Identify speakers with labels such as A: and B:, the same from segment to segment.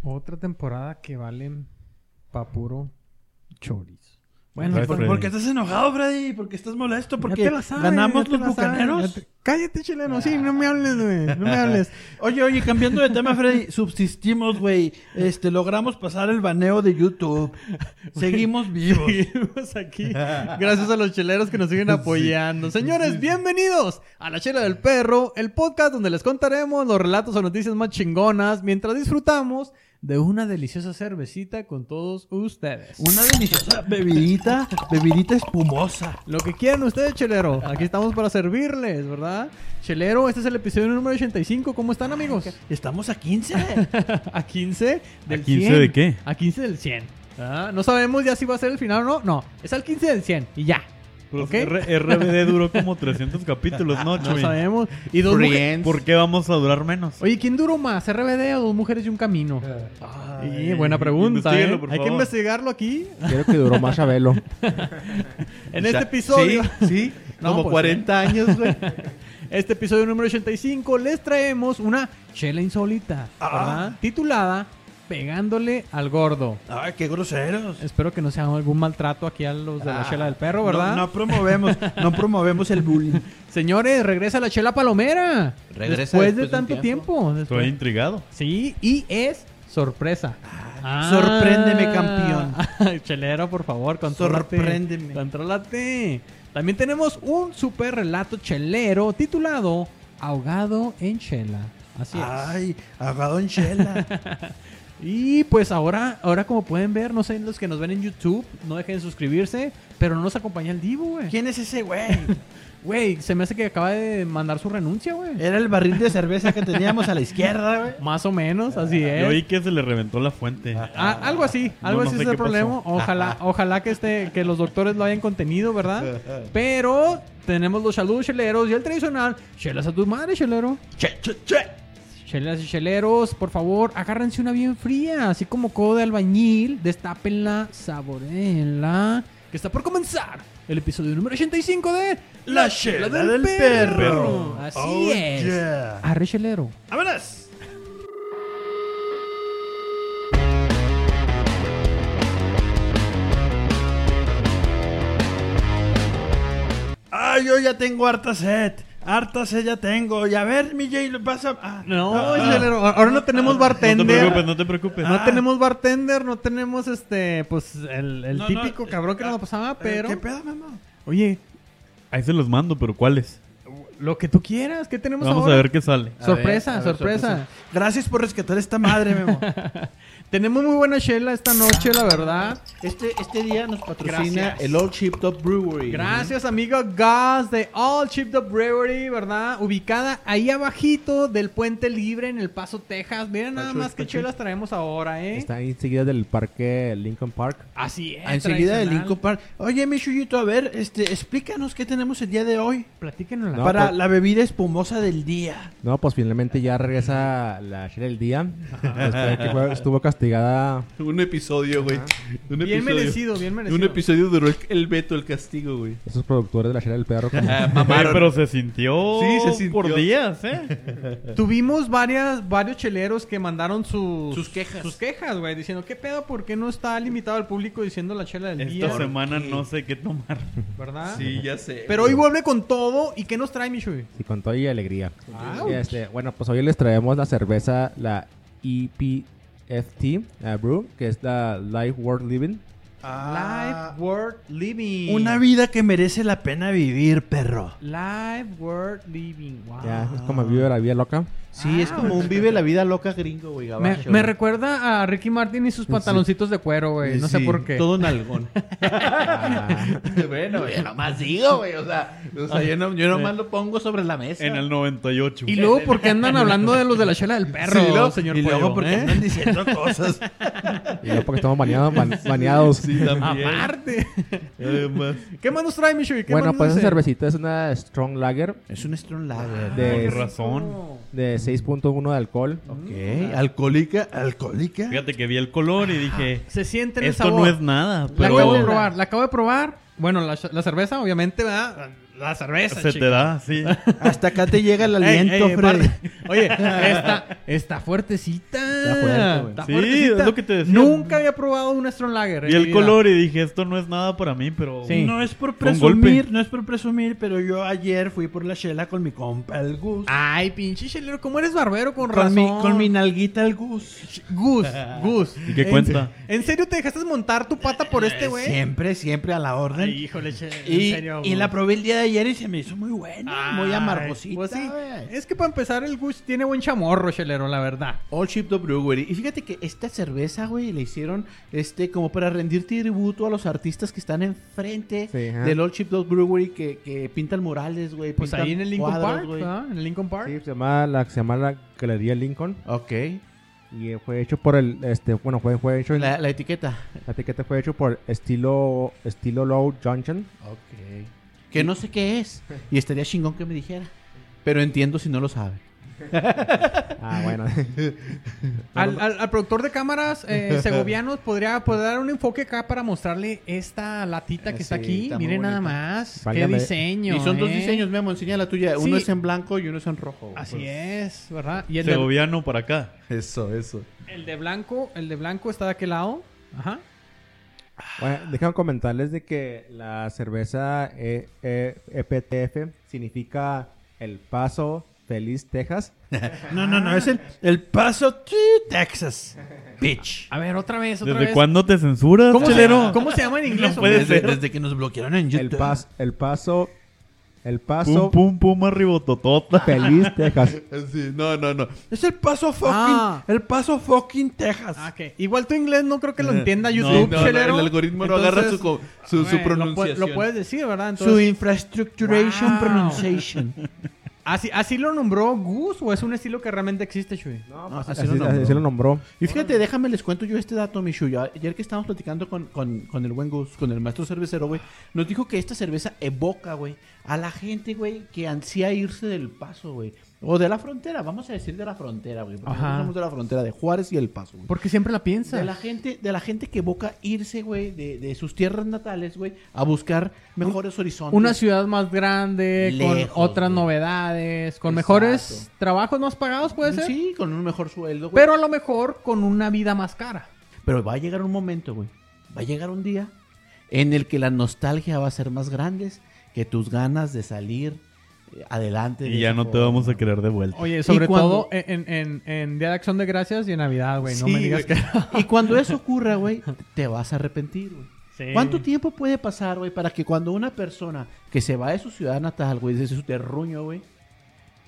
A: Otra temporada que valen pa' puro choris.
B: Bueno,
C: Ay,
B: ¿por,
C: Freddy.
B: por qué estás enojado, Freddy? ¿Por qué estás molesto?
A: Pues Ya
B: Porque
A: te la sabes, ya
B: ganamos
A: te
B: los
A: la sabes,
B: bucaneros.
A: ya te- Cállate, chileno. Sí, no me hables, güey. No me hables.
B: Oye, oye, cambiando de tema, Freddy, subsistimos, güey. Este, logramos pasar el baneo de YouTube. Seguimos vivos.
A: Seguimos aquí. Gracias a los cheleros que nos siguen apoyando. Señores, bienvenidos a La Chela del Perro, el podcast donde les contaremos los relatos o noticias más chingonas mientras disfrutamos de una deliciosa cervecita con todos ustedes.
B: Una deliciosa bebidita, bebidita espumosa.
A: Lo que quieran ustedes, chelero. Aquí estamos para servirles, ¿verdad? Chelero, este es el episodio número 85. ¿Cómo están, amigos?
B: Estamos a 15.
A: A 15 del
C: ¿A 15 de qué?
A: A 15 del 100. Ah, No sabemos ya si va a ser el final o no. No, es al 15 del 100 y ya.
C: Pues
A: ¿Ok?
C: R- RBD duró como 300 capítulos, ¿no,
A: No
C: Chuy?
A: sabemos. Y dos mujeres.
C: ¿Por qué vamos a durar menos?
A: Oye, ¿quién duró más? ¿RBD o dos mujeres y un camino?
C: Ay,
A: Y buena pregunta.
C: investíguelo,
A: ¿eh?
C: por
A: Hay que
C: favor.
A: investigarlo aquí.
D: Quiero que duró más Chabelo.
A: En
B: O sea,
A: este episodio.
B: Sí, sí,
A: No,
B: como
A: pues,
B: 40 años, güey.
A: Este episodio número 85 les traemos una chela insólita,
C: Ah.
A: ¿verdad? Titulada Pegándole al gordo.
B: Ay, qué groseros.
A: Espero que no sea algún maltrato aquí a los de la
B: Ah,
A: chela del perro, ¿verdad?
B: No, no promovemos, no promovemos el bullying.
A: Señores, regresa la chela palomera. después
E: Regresa
A: de
E: después de un
A: tanto tiempo. después-
C: Estoy intrigado.
A: Sí, y es sorpresa. Ah.
B: sorpréndeme, campeón.
A: Ay, Chelero, por favor, contrólate.
B: Sorpréndeme.
A: Contrólate. También tenemos un super relato chelero titulado Ahogado en chela. Así es.
B: Ay, ahogado en chela.
A: Y pues ahora, ahora como pueden ver, no sé los que nos ven en YouTube, no dejen de suscribirse, pero no nos acompaña el Divo, güey.
B: ¿Quién es ese güey?
A: Güey, se me hace que acaba de mandar su renuncia, güey.
B: Era el barril de cerveza que teníamos a la izquierda, güey.
A: Más o menos, así es.
C: Ah, Yo oí que se le reventó la fuente.
A: Ah, algo así,
C: No,
A: algo
C: no
A: así
C: sé
A: es el
C: qué pasó.
A: problema. Ojalá, ojalá que este, que los doctores lo hayan contenido, ¿verdad? Pero tenemos los saludos cheleros y el tradicional, chelas a tu madre, chelero.
B: Che, che, che.
A: Chelas y cheleros, por favor, agárrense una bien fría, así como codo de albañil, destápenla, saborenla, que está por comenzar el episodio número 85 de
B: La chela del perro.
A: Así
B: Oh,
A: es.
B: yeah.
A: Arre chelero.
B: ¡Vámonos! Ah, yo ya tengo harta sed. Harta sed ya tengo. Y a ver, mi Jay, pasa. Ah,
A: No,
B: ah, ah.
A: chelero, ahora no tenemos bartender.
C: No te preocupes, no te preocupes.
A: No
B: Ah.
A: tenemos bartender, no tenemos este, pues el, el
B: No, no,
A: típico
B: eh,
A: cabrón que
B: ah,
A: nos pasaba, pero.
B: ¿Qué pedo, mamá?
A: Oye,
C: Ahí se los mando, pero ¿cuáles?
A: lo que tú quieras, ¿qué tenemos
C: Vamos
A: ahora?
C: a ver qué sale.
A: Sorpresa,
E: A ver, a ver,
A: sorpresa.
B: Gracias por rescatar esta madre, Memo.
A: Tenemos muy buena chela esta noche, la verdad.
E: Este, este día nos patrocina
A: Gracias.
E: el Old Chip Top Brewery.
A: Gracias, amigo Gus de All Chip the Brewery, ¿verdad? Ubicada ahí abajito del Puente Libre en El Paso, Texas. Miren nada más qué chelas traemos ahora, ¿eh?
D: Está ahí enseguida del parque Lincoln Park.
A: Así es.
B: Ah, Enseguida de
A: tradicional.
B: Lincoln Park. Oye, mi Chuyito, a ver, este, explícanos qué tenemos el día de hoy.
A: Platíquenos
D: No,
B: para
D: pues-
B: la bebida espumosa del día.
D: No, pues finalmente ya regresa la chela del día. Después de que fue- estuvo castigada.
E: Un episodio, güey. Un
A: Bien
E: episodio.
A: merecido, bien merecido.
E: Un episodio duró el, el veto, el castigo, güey.
D: Esos productores de la chela del perro. como-
A: Ah,
C: Oye, pero se sintió,
E: Sí, se sintió.
C: por días, ¿eh?
A: Tuvimos varias, varios cheleros que mandaron sus,
E: Sus quejas.
A: Sus quejas, güey, diciendo, ¿qué pedo? ¿Por qué no está limitado al público diciendo la chela del día?
C: Esta semana no sé qué tomar.
A: ¿Verdad?
E: Sí, ya sé.
A: Pero hoy vuelve con todo. ¿Y qué nos trae, Michuy?
D: y con toda y alegría.
A: Ouch.
D: Y este, bueno, pues hoy les traemos la cerveza, la E EPFT eh, Brew, que es la Life World Living.
E: Ah.
A: Live World Living.
B: Una vida que merece la pena vivir, perro.
A: Live World Living. Wow.
D: Ya, es
A: Ah.
D: como vive la vida loca.
E: Sí, es como un vive la vida loca gringo, güey.
A: Me,
E: gabacho,
A: me
E: güey.
A: recuerda a Ricky Martin y sus pantaloncitos de cuero, güey. No sé
E: Sí,
A: por qué.
E: Todo nalgón.
D: Ah,
E: bueno, yo nomás digo, güey. O sea, o sea, yo, no, yo nomás lo pongo sobre la mesa.
C: En el 98.
A: Y luego, pues, ¿por qué andan hablando de los de la chela del perro,
E: Sí, luego-
A: señor
E: y luego,
A: Pollo,
E: ¿por qué
A: eh?
E: andan diciendo cosas?
D: y no porque estamos baneados. ban- baneados.
E: Sí, también.
A: Aparte.
E: Además.
A: ¿Qué más nos trae, Michuy? ¿Qué
D: Bueno,
A: más
D: pues
A: nos
D: esa
A: dice?
D: cervecita es una Strong Lager
B: Es un strong lager.
D: De-
C: Con razón.
D: de 6.1 de alcohol.
B: Ok, alcohólica, alcohólica.
C: Fíjate que vi el color y dije,
A: Se siente en el
C: esto
A: sabor.
C: no es nada.
A: La
C: pero-
A: acabo de probar, la acabo de probar. Bueno, la, la cerveza, obviamente, ¿verdad? La, la cerveza.
C: se te
A: chica.
C: da, sí.
B: Hasta acá te llega el
A: Ey,
B: aliento,
A: ey,
B: Freddy.
A: aparte- Oye, está, está fuertecita.
D: Está fuerte, güey.
A: Está
C: Sí,
A: fuertecita.
C: es lo que te decía.
A: Nunca había probado un Strong Lager. eh, en
C: Vi
A: mi
C: el
A: vida.
C: color y dije, esto no es nada para mí, pero...
A: Sí.
B: No es por
C: Fue un golpe.
B: presumir, no es por presumir, pero yo ayer fui por la chela con mi compa el Gus.
A: Ay, pinche chelero, ¿cómo eres barbero con,
B: con,
A: Ah, razón?
B: mi, con mi nalguita el Gus.
A: Gus, Gus.
C: ¿Y qué cuenta?
A: ¿En, en serio te dejaste montar tu pata por este güey?
B: Siempre, siempre a la orden.
A: Ay, híjole, che, en
B: y,
A: serio,
B: y
A: Gus.
B: la probé el día de ayer y se me hizo muy buena,
A: Ay,
B: muy amargosita.
A: pues sí.
B: güey.
A: Es que para empezar, el Gus tiene buen chamorro, chelero, la verdad.
E: All Ship the Brewery. Y fíjate que esta cerveza, güey, la hicieron este como para rendir tributo a los artistas que están enfrente
D: Sí, ajá.
E: del All Ship the Brewery que, que pintan murales, güey.
A: Pues
E: pintan
A: ahí en el Lincoln
E: cuadros,
A: Park,
E: güey.
A: ¿verdad? En el Lincoln Park.
D: Sí, se llama la, se llama la Galería Lincoln
E: Ok.
D: y eh, fue hecho por el, este, bueno, fue, fue hecho, la,
E: La, la etiqueta.
D: etiqueta fue hecho por estilo, estilo Low Junction.
E: Ok. Que no sé qué es. Y estaría chingón que me dijera. Pero entiendo si no lo sabe.
D: Ah, bueno.
A: Al, al- al productor de cámaras eh, segovianos podría poder dar un enfoque acá para mostrarle esta latita que está
E: Sí,
A: aquí.
E: está muy
A: Miren nada
E: bonita.
A: más.
D: Válgame.
A: Qué diseño.
E: Y son dos
A: ¿eh?
E: diseños, Memo, enseña la tuya.
A: Sí.
E: Uno es en blanco y uno es en rojo. güey.
A: Así es, ¿verdad? Y el de,
C: Segoviano para acá.
E: Eso, eso.
A: el de blanco, el de blanco está de aquel lado. Ajá.
D: Bueno, déjame comentarles de que la cerveza eh, eh, EPTF significa El Paso Feliz Texas.
B: No, no, no, es el, el Paso to Texas. Bitch.
A: A ver, otra vez, otra
C: ¿Desde
A: vez.
C: cuándo te censuras,
A: ¿Cómo se,
C: chelero?
A: cómo se llama en inglés?
C: puede
A: hombre?
B: Desde,
C: ser.
B: desde que nos bloquearon en
D: El,
B: YouTube.
D: pas, el Paso El Paso
C: Pum, pum, pum, arribototota.
D: Feliz Texas.
E: No, no, no.
B: Es el Paso fucking,
A: Ah.
B: el Paso fucking Texas.
A: Ah, ok. Igual tu inglés no creo que lo entienda
E: Sí,
A: YouTube,
E: no, no,
A: chelero.
E: el algoritmo no agarra su, co- su, su
A: Bueno, lo pu-
E: pronunciación.
A: Lo, puedes decir, ¿verdad?
B: Su
A: Entonces,
B: infrastructuration
A: Wow. pues
B: pronunciation.
A: ¿así, ¿Así lo nombró Gus o es un estilo que realmente existe, Chuy?
D: No,
E: pues,
D: así,
E: así lo
D: así-
E: nombró.
D: así lo nombró.
E: Y fíjate, déjame les cuento yo este dato, Michu. Yo- Ayer que estábamos platicando con, con, con el buen Gus, con el maestro cervecero, güey, nos dijo que esta cerveza evoca, güey, a la gente, güey, que ansía irse del paso, güey. O de la frontera, vamos a decir de la frontera, güey. Porque
A: Ajá.
E: nosotros somos de la frontera, de Juárez y el paso, güey.
A: Porque siempre la piensa.
E: De la gente, de la gente que evoca irse, güey, de, de sus tierras natales, güey, a buscar mejores horizontes.
A: Una ciudad más grande,
E: Lejos,
A: con otras
E: güey.
A: novedades, con
E: Exacto.
A: mejores trabajos más pagados, puede ser.
E: Sí, con un mejor sueldo, güey.
A: Pero a lo mejor con una vida más cara.
E: Pero va a llegar un momento, güey. Va a llegar un día en el que la nostalgia va a ser más grande que tus ganas de salir eh, adelante. de
C: Y ya
E: esa
C: no te
E: forma.
C: vamos a querer de vuelta.
A: Oye, sobre
E: cuando-
A: todo en, en- en Día de Acción de Gracias y en Navidad, güey. No
E: Sí,
A: me digas
E: güey.
A: que.
E: Y cuando eso ocurra, güey, te vas a arrepentir, güey.
A: Eh.
E: ¿Cuánto tiempo puede pasar, güey, para que cuando una persona que se va de su ciudad natal, güey, de su terruño, güey,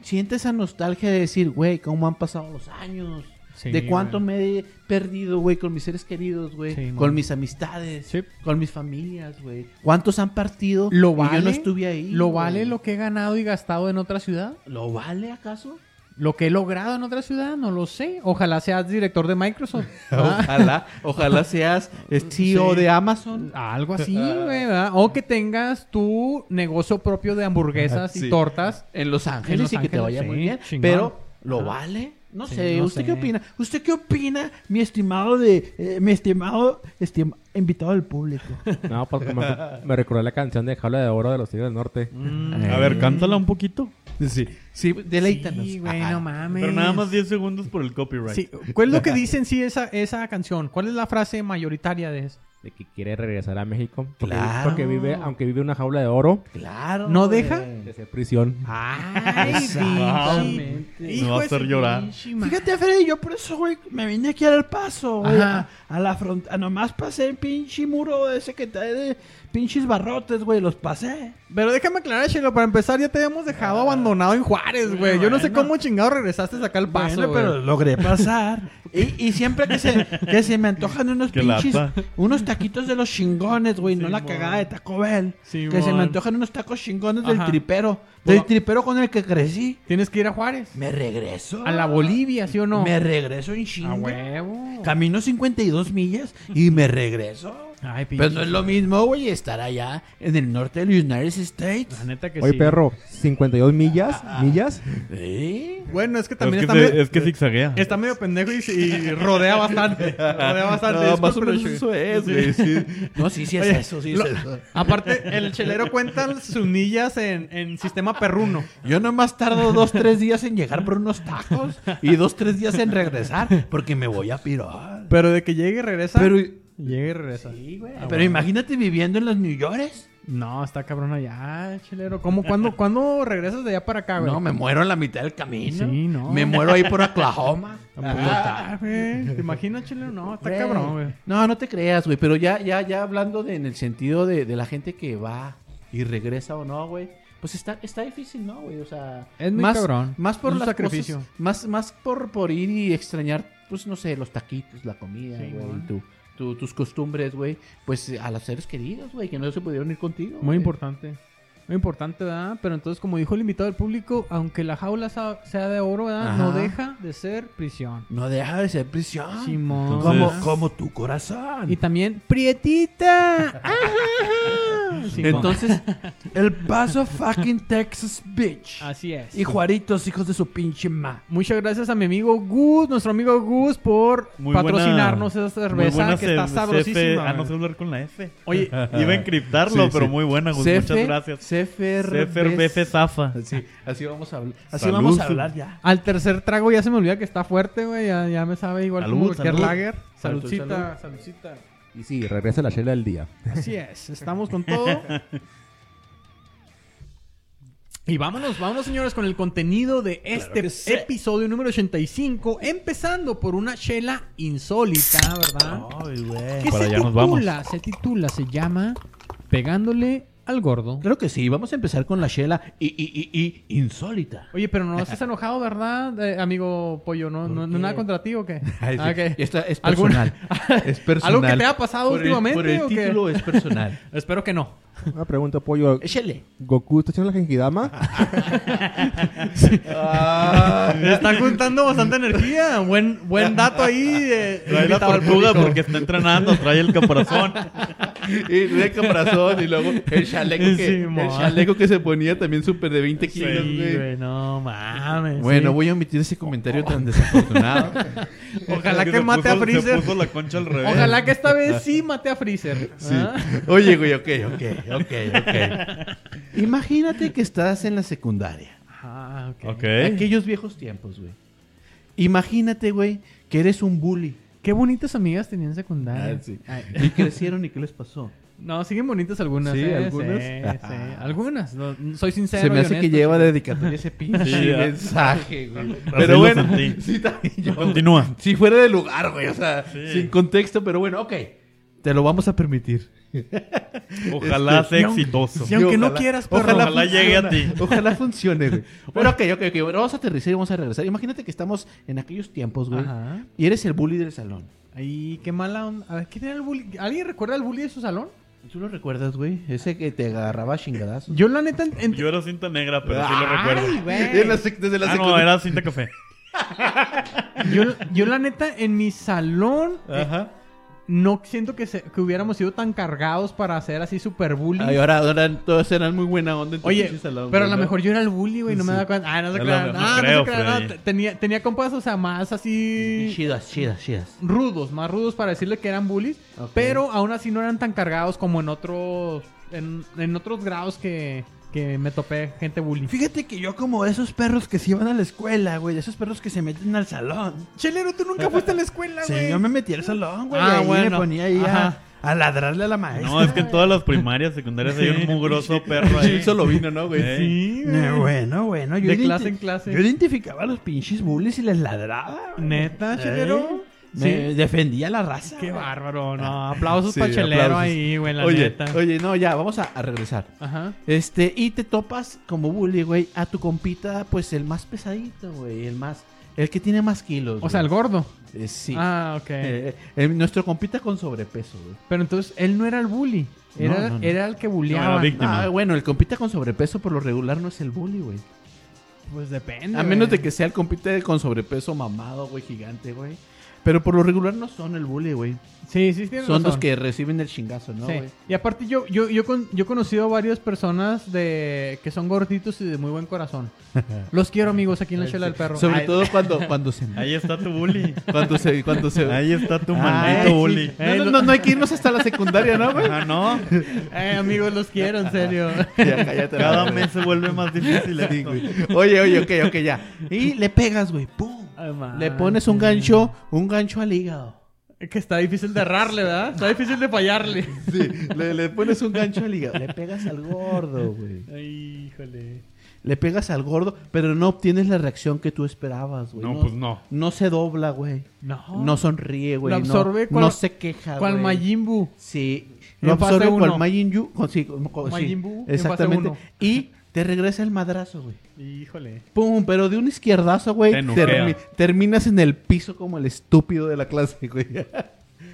E: siente esa nostalgia de decir, güey, cómo han pasado los años,
A: Sí,
E: de cuánto
A: güey.
E: me he perdido, güey, con mis seres queridos, güey,
A: Sí,
E: con
A: mon.
E: mis amistades,
A: Sí.
E: con mis familias, güey. ¿Cuántos han partido
A: ¿Lo
E: y
A: vale?
E: yo no estuve ahí?
A: ¿Lo
E: güey?
A: vale lo que he ganado y gastado en otra ciudad?
E: ¿Lo vale acaso?
A: ¿Lo que he logrado en otra ciudad? No lo sé. Ojalá seas director de Microsoft. ¿verdad?
E: Ojalá, ojalá seas eh, CEO
A: Sí.
E: de Amazon.
A: Algo así, güey, ¿verdad? O que tengas tu negocio propio de hamburguesas y
E: Sí.
A: tortas.
E: en Los Ángeles
A: Los
E: y que te
A: Ángeles,
E: vaya muy
A: sí,
E: bien.
A: chingón.
E: Pero, ¿lo
A: Ah.
E: vale? No
A: Sí,
E: sé,
A: no
E: ¿usted
A: sé.
E: qué opina?
B: ¿Usted qué opina, mi estimado de, eh, mi estimado estim- invitado del público?
D: No, porque me, me recordó la canción de Jaula de Oro de los Tigres del Norte.
A: Mm.
C: A ver, cántala un poquito.
E: Sí, sí, deleítanos.
A: Sí, güey, no mames.
C: Pero nada más 10 segundos por el copyright.
A: Sí, ¿Cuál es lo que dice en sí esa, esa canción? ¿Cuál es la frase mayoritaria de eso?
D: De que quiere regresar a México. Porque,
E: Claro.
D: porque vive, aunque vive en una jaula de oro,
E: Claro.
A: ¿No
E: güey.
A: deja?
D: de ser prisión.
A: Ah, ¡Ay,
C: Exactamente.
A: pinche-
C: Me
A: hijo
C: va a
A: de
C: hacer
A: su
C: llorar.
A: pinche madre.
B: Fíjate, Freddy, yo por eso, güey, me vine aquí al paso, güey. A,
A: Ajá.
B: a la frontera. Nomás pasé el pinche muro ese que trae de pinches barrotes, güey. Los pasé.
A: Pero déjame aclarar, Chelo, para empezar ya te habíamos dejado abandonado en Juárez, güey. Yo no sé
B: Bueno.
A: cómo chingado regresaste acá al paso,
B: Bueno,
A: güey.
B: pero logré pasar. y, y siempre que se, que se me antojan unos
C: Qué
B: pinches,
C: lata.
B: unos taquitos de los chingones, güey, no la
A: Simón.
B: cagada de Taco Bell.
A: Simón.
B: que se me antojan unos tacos chingones del
A: Ajá.
B: tripero,
A: Bueno.
B: del tripero con el que crecí.
A: Tienes que ir a Juárez.
B: Me regreso.
A: A la Bolivia, ¿sí o no? Ah,
B: Me regreso en
A: A
B: chinga.
A: huevo.
B: Camino 52 millas y me regreso.
A: Ay,
E: Pero no es lo mismo, güey, estar allá en el norte de los United States.
A: La neta que
D: Oye,
A: sí. Ah,
D: perro, 52 millas, millas.
E: ¿Eh?
A: Bueno, es que
C: Es
A: también
C: que,
A: está,
C: se-
A: medio,
C: es que zigzaguea.
A: está medio pendejo y, y rodea bastante. Rodea bastante.
C: No, más o
A: discúlpelo,
C: menos
A: Chuy.
C: eso es, güey. sí.
E: No, sí, sí es
A: Oye,
E: eso, sí es
A: lo-
E: eso.
A: Aparte, el chelero cuenta sus millas en, en sistema perruno.
E: Yo nomás tardo dos, tres días en llegar por unos tacos y dos, tres días en regresar porque me voy a pirar.
A: Pero de que llegue y regresa.
E: Pero,
A: Llegue y regresa.
E: pero imagínate viviendo en los New Yorkers.
A: No, está cabrón allá, chelero. ¿Cómo, cuándo, cuándo regresas de allá para acá, güey?
E: No, me muero en la mitad del camino.
A: Ah, Sí, no.
E: Me muero ahí por Oklahoma.
A: Ah, güey. ¿Te imaginas, chelero? No, está
E: Güey.
A: cabrón, güey.
E: No, no te creas, güey. Pero ya, ya, ya hablando de- en el sentido de, de la gente que va y regresa o no, güey. Pues está, está difícil, ¿no, güey? O sea,
A: Es muy
E: más,
A: cabrón.
E: Más por
A: Es un
E: las
A: sacrificio.
E: cosas- más, más por, por ir y extrañar, pues no sé, los taquitos, la comida,
A: Sí,
E: güey,
A: güey.
E: tu- tu- tus costumbres, güey. Pues a los seres queridos, güey, que no se pudieron ir contigo.
A: Muy
E: güey.
A: importante. Muy importante, ¿verdad? Pero entonces, como dijo el invitado del público, aunque la jaula sa- sea de oro, ¿verdad? No
E: Ajá.
A: deja de ser prisión.
E: No deja de ser prisión.
A: Simón.
E: como,
C: Entonces-
E: como tu corazón.
A: Ah, Y también, ¡Prietita! Ajá, ajá. Simón.
E: Entonces, el paso fucking Texas, bitch.
A: Así es.
E: Y Juaritos, hijos de su pinche ma.
A: Muchas gracias a mi amigo Gus, nuestro amigo Gus, por
C: Muy
A: patrocinarnos
C: buena-
A: esa
C: Muy
A: cerveza
C: buena
A: que está
C: CF.
A: sabrosísima.
C: Ah, no sé hablar con la F.
A: Oye,
C: Iba a encriptarlo,
E: Sí,
C: pero
E: sí.
C: muy buena, Gus. Muchas gracias. Cefer BF
E: CFRBF.
C: Zafa.
E: Así, así vamos a hablar. Así
C: Salud.
E: vamos a hablar ya.
A: al tercer trago ya se me olvida que está fuerte, güey. Ya, ya me sabe igual
C: Salud,
A: como cualquier
C: salud.
A: lager.
E: Salud,
A: Saludcita, saludcita.
D: Y sí, regresa la chela del día.
A: Así es, estamos con todo. Y vámonos, vámonos señores con el contenido de este episodio número 85, empezando por una chela insólita, ¿verdad? que
C: Para
A: se titula,
C: allá nos vamos.
A: se titula, se llama Pegándole al gordo.
E: Claro que sí, vamos a empezar con la Shela y, y, y, y insólita.
A: Oye, pero no estás enojado, ¿verdad, eh, amigo Pollo? ¿No, no, no nada contra ti o qué? Ah, ok.
E: Esta es
A: ¿Alguna-
E: personal. Es personal.
A: ¿Algo que te ha pasado
E: Por el-
A: últimamente
E: Por el
A: o qué?
E: título es personal.
A: Espero que no.
D: Una pregunta, pollo.
E: Échale.
D: ¿Goku está haciendo la Genkidama?
E: Ah,
A: Está juntando bastante energía. Buen, buen dato ahí. eh,
C: Trae la
A: invitado al
C: tortuga
A: público.
C: porque está entrenando, trae el caparazón.
E: Y de corazón y luego el chaleco que,
A: Simón.
E: el chaleco que se ponía también súper de 20
A: Sí,
E: kilos, güey.
A: güey, no mames.
E: Bueno,
A: sí.
E: voy a omitir ese comentario tan desafortunado.
A: Ojalá
C: Es
A: que,
C: se
A: mate a
C: puso-
A: Freezer.
C: Se puso eh. la concha al revés.
A: Ojalá que esta vez sí mate a Freezer. ¿ah?
E: Oye, güey, ok, ok, ok, ok. Imagínate que estás en la secundaria.
A: Ah, ok.
C: Ok.
E: Aquellos viejos tiempos, güey. Imagínate, güey, que eres un bully.
A: Qué bonitas amigas tenían secundaria.
E: Ah, sí. Y crecieron y ¿qué les pasó?
A: No, siguen bonitas algunas.
E: Sí,
A: ¿eh?
E: algunas.
A: Sí, sí. Algunas. no, soy sincero.
E: Se me
A: y
E: hace que
A: honesto.
E: lleva dedicatoria ese pinche
C: Sí, ya.
E: mensaje, güey.
C: lo
E: Pero bueno,
C: sentí.
E: sí, también yo, güey.
C: Continúa.
E: Si fuera de lugar, güey, o sea,
C: Sí.
E: sin contexto, pero bueno, ok. Te lo vamos a permitir.
C: Ojalá
E: Este,
C: sea exitoso.
A: Y aunque no
E: Ojalá-
A: quieras, perro.
E: ojalá,
C: Ojalá
E: funcione,
C: llegue a ti.
E: Ojalá funcione, güey. Bueno, ok, ok, ok. Bueno, vamos a aterrizar y vamos a regresar. Imagínate que estamos en aquellos tiempos, güey.
A: Ajá.
E: Y eres el bully del salón.
A: Ay, qué mala onda. A ver, ¿quién era el bully? ¿Alguien recuerda el bully de su salón?
E: ¿Tú lo recuerdas, güey? Ese que te agarraba a chingadazos.
A: Yo, la neta. ent- ent-
C: Yo era cinta negra, pero sí lo
E: Ah,
C: recuerdo.
A: Ay, güey.
E: desde
C: Ah, no, era cinta café.
A: Yo, yo, la neta, en mi salón eh,
C: Ajá.
A: no siento que, se- que hubiéramos sido tan cargados para hacer así super bully.
E: Ay, ahora, ahora todos eran muy buena onda en tu
A: Oye,
E: pinche salón,
A: pero a
E: güey,
A: lo
E: ¿no?
A: mejor yo era el bully, güey, no me
E: Sí.
A: da cuenta. Ah, no se
C: A lo
A: crean.
C: mejor.
A: Ah, no
C: Creo,
A: se crean. no,
C: Freddy.
A: te- tenía, tenía compas, o sea, más así.
E: Chidas, chidas, chidas.
A: Rudos, más rudos para decirle que eran bullies.
E: Ok.
A: Pero aún así no eran tan cargados como en otros. En, en otros grados que, que me topé gente bully.
B: Fíjate que yo como esos perros que se iban a la escuela, güey, de esos perros que se meten al salón.
A: Chelero, tú nunca fuiste a la escuela,
B: Sí, yo me metí al salón, güey,
A: Ah,
B: y ahí
A: bueno.
B: me ponía ahí
A: Ajá.
B: a, a ladrarle a la maestra.
C: No, es que en todas las primarias, secundarias hay un mugroso perro ahí.
E: solo vino, ¿no, güey?
C: Ey.
A: Sí,
B: Eh,
A: güey.
B: bueno, bueno, yo
A: De
B: identi-
A: clase en clase.
B: Yo identificaba a los pinches bullies y les ladraba. güey.
A: Neta,
B: Eh,
A: chelero.
B: Me defendía la raza.
A: Qué
B: güey.
A: bárbaro, no. Aplausos
E: Sí,
A: para Chelero
E: aplausos.
A: ahí, güey, la
E: oye,
A: neta.
E: oye, no, ya, vamos a, a regresar.
A: Ajá.
E: Este, y te topas como bully, güey, a tu compita, pues el más pesadito, güey, el más, el que tiene más kilos.
A: O sea, el
E: güey.
A: gordo.
E: Eh, sí.
A: Ah, ok.
E: Eh, eh, nuestro compita con sobrepeso, güey.
A: Pero entonces él no era el bully. Era,
E: No, no, no.
A: era el que
C: No,
A: bulleaba.
C: era víctima.
E: Ah, bueno, el compita con sobrepeso por lo regular no es el bully, güey.
A: pues depende.
E: A menos de
A: güey.
E: que sea el compita con sobrepeso mamado, güey, gigante, güey. Pero por lo regular no son el bully, güey.
A: Sí, sí, tienen
E: Son los
A: razón.
E: que reciben el chingazo, ¿no,
A: Sí.
E: güey?
A: Y aparte yo, yo, yo, con- yo he conocido a varias personas de que son gorditos y de muy buen corazón. Los quiero, amigos, aquí en la chela del perro.
E: Sobre
A: Ay,
E: todo cuando, cuando se...
C: Ahí está tu bully.
E: Cuando se... Cuando se...
C: Ahí está tu
E: Ay,
C: maldito
E: Ah, sí.
C: bully.
E: No, no, no, no hay que irnos hasta la secundaria, ¿no, güey?
C: Ah, no.
A: eh, amigos, los quiero, en serio.
E: Ya, cállate,
C: Cada
E: la
C: mes se vuelve más difícil.
E: Sí,
C: esto.
E: güey. Oye, oye, ok, ok, ya. Y le pegas, güey. ¡Pum!
A: Ay, man.
E: Le pones un gancho, un gancho al hígado.
A: Es Que está difícil de errarle, ¿verdad? Está difícil de fallarle.
E: Sí, le, le pones un gancho al hígado. Le pegas al gordo, güey.
A: Ay, híjole.
E: Le pegas al gordo, pero no obtienes la reacción que tú esperabas, güey.
C: No, pues no.
E: No se dobla, güey.
A: No.
E: No sonríe, güey.
A: Ah. Lo absorbe
E: no,
A: cual-
E: no se queja,
A: ¿Cuál
E: güey.
A: Majin Buu?
E: Sí.
A: En
E: Lo absorbe
A: fase uno.
E: cual Majin Yu. con- sí, con- con- sí,
A: Majin Buu en fase
E: Exactamente.
A: uno.
E: Y te regresa el madrazo, güey.
A: Híjole.
E: Pum, pero de un izquierdazo, güey.
C: Te nujea.
E: termi- terminas en el piso como el estúpido de la clase, güey.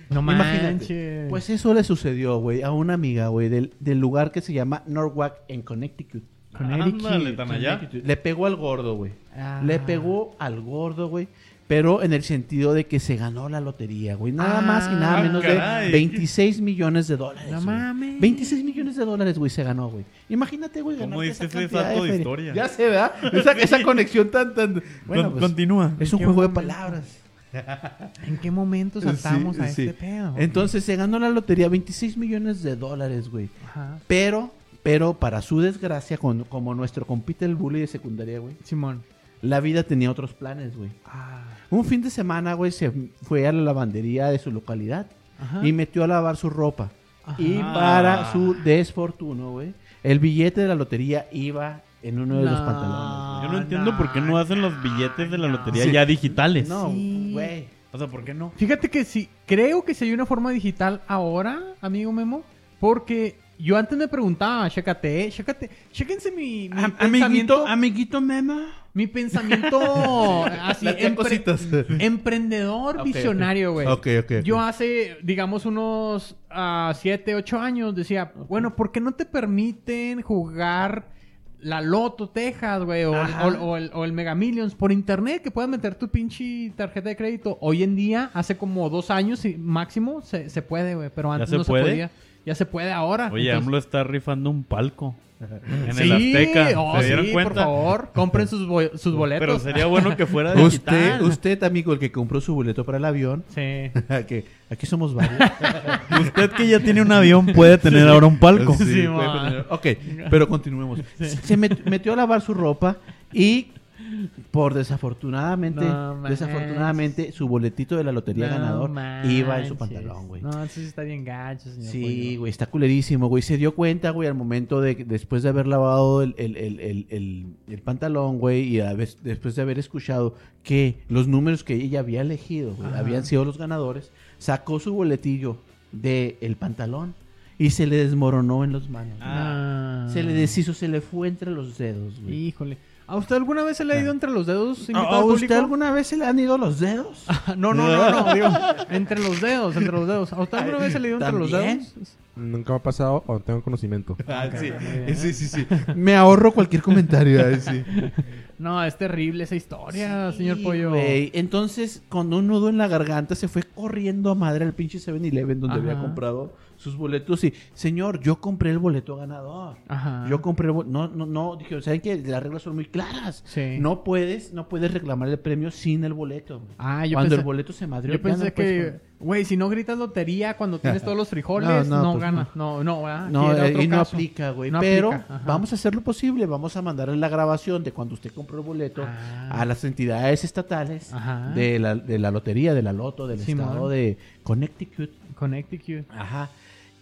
A: No
E: Imagínate.
A: manches.
E: Pues eso le sucedió, güey, a una amiga, güey, del, del lugar que se llama Norwalk en Connecticut.
A: Connecticut,
C: Ándale, tan allá.
E: Le pegó al gordo, güey.
A: Ah.
E: Le pegó al gordo, güey. Pero en el sentido de que se ganó la lotería, güey. Nada
A: Ah,
E: más y nada menos
C: caray.
E: de 26 millones de dólares.
A: No
E: güey.
A: mames.
E: 26 millones de dólares, güey, se ganó, güey. Imagínate, güey,
C: ¿Cómo
E: ganarte
C: dices
E: esa
C: ese
E: cantidad
C: dato de
E: feria.
C: historia?
E: Ya sé, ¿verdad? Esa, esa conexión tan, tan... Bueno,
C: Con-
E: pues,
C: Continúa.
E: es un
A: ¿Qué
E: juego de
A: momento?
E: palabras.
A: ¿En qué momento saltamos
E: Sí,
A: a
E: sí.
A: este pedo?
E: Entonces se ganó la lotería 26 millones de dólares, güey.
A: Ajá.
E: Pero, pero para su desgracia, con- como nuestro compite el bully de secundaria, güey,
A: Simón.
E: la vida tenía otros planes, güey.
A: Ah.
E: Un fin de semana, güey, se fue a la lavandería de su localidad
A: Ajá.
E: y metió a lavar su ropa.
A: Ajá.
E: Y para su desfortuno, güey, el billete de la lotería iba en uno de los
A: No.
E: pantalones.
C: Yo no
A: Ah,
C: entiendo por qué no hacen los billetes de la lotería
E: Sí.
C: ya digitales.
E: güey. No,
A: Sí.
E: güey.
C: O sea, ¿por qué no?
A: Fíjate que sí, creo que si hay una forma digital ahora, amigo Memo, porque yo antes me preguntaba, chécate, eh, chécate, chéquense mi, mi pensamiento,
B: Amiguito, amiguito Mema.
A: mi pensamiento así,
E: Las
A: empre-
E: cositas.
C: Mm.
A: emprendedor
E: Ok,
A: visionario, güey.
E: Ok, ok, ok.
A: Yo hace, digamos, unos 7, 8 años decía, bueno, ¿por qué no te permiten jugar la Loto Texas, güey? O,
B: Ajá.
A: o- o el, o el Mega Millions por internet, que puedas meter tu pinche tarjeta de crédito. Hoy en día, hace como dos años y máximo, se, se puede, güey, pero antes
C: se
A: no
C: puede?
A: se podía. Ya se puede ahora.
C: Oye,
A: Entonces-
C: AMLO está rifando un palco. En
A: Sí,
C: el Azteca.
A: oh,
C: ¿Se dieron
A: sí,
C: cuenta?
A: por favor, compren sus, bo- sus
C: Pero
A: boletos.
C: sería bueno que fuera
E: Usted,
C: digital. Usted,
E: usted, amigo, el que compró su boleto para el avión,
A: Sí.
E: que aquí somos varios.
C: que ya tiene un avión puede tener ahora un palco.
A: Sí,
E: Sí,
A: ma.
E: puede poner- ok, pero continuemos. Se met- metió a lavar su ropa y por desafortunadamente,
A: No manches.
E: desafortunadamente, su boletito de la lotería
A: No
E: ganador iba en
A: manches.
E: su pantalón, güey.
A: No, eso sí está bien gacho, señor.
E: Sí,
A: Pollo.
E: güey, está culerísimo, güey. Se dio cuenta, güey, al momento de después de haber lavado el, el- el- el- el- el pantalón, güey, y a vez- después de haber escuchado que los números que ella había elegido, güey,
A: Ajá.
E: habían sido los ganadores, sacó su boletillo del pantalón y se le desmoronó en las manos. güey.
A: Ah.
E: Se le deshizo, se le fue entre los dedos, güey.
A: Híjole. ¿A usted alguna vez se le ha ido entre los dedos?
E: Ah. ¿A-
A: invitado
E: ¿A
A: público?
E: usted alguna vez se le han ido los dedos?
A: No, no, no, no. digo, entre los dedos, entre los dedos. ¿A usted alguna vez se le dio entre los
E: ¿También?
A: dedos?
D: Nunca me ha pasado o no tengo conocimiento.
A: Ah,
E: sí. sí, sí, sí. Me ahorro cualquier comentario. ay, sí.
A: No, es terrible esa historia, Ah, señor
E: Sí,
A: Pollo.
E: güey. Entonces, con un nudo en la garganta, se fue corriendo a madre al pinche 7-Eleven donde
A: Ajá.
E: había comprado sus boletos. Y, señor, yo compré el boleto ganador.
A: Ajá.
E: Yo compré el bol- No, no, no. Dije, ¿saben que Las reglas son muy claras.
A: Sí.
E: No puedes, no puedes reclamar el premio sin el boleto. güey.
A: Ah, yo
E: Cuando
A: pensé-
E: el boleto se madrió,
A: Yo
E: ya no
A: pensé
E: puedes
A: que, güey, si no gritas lotería cuando tienes todos los frijoles, no,
E: No, no, pues,
A: gana. No, no, ¿verdad? Aquí
E: No,
A: Ah, era
E: eh,
A: otro
E: y no
A: caso.
E: aplica, güey.
A: No
E: pero
A: aplica, ajá.
E: vamos a hacer lo posible. Vamos a mandarle la grabación de cuando usted compró el boleto
A: Ah.
E: a las entidades estatales
A: Ajá.
E: de la, de la lotería, de la loto, del
A: Ah. Simón.
E: estado de Connecticut.
A: Connecticut.
E: Ajá.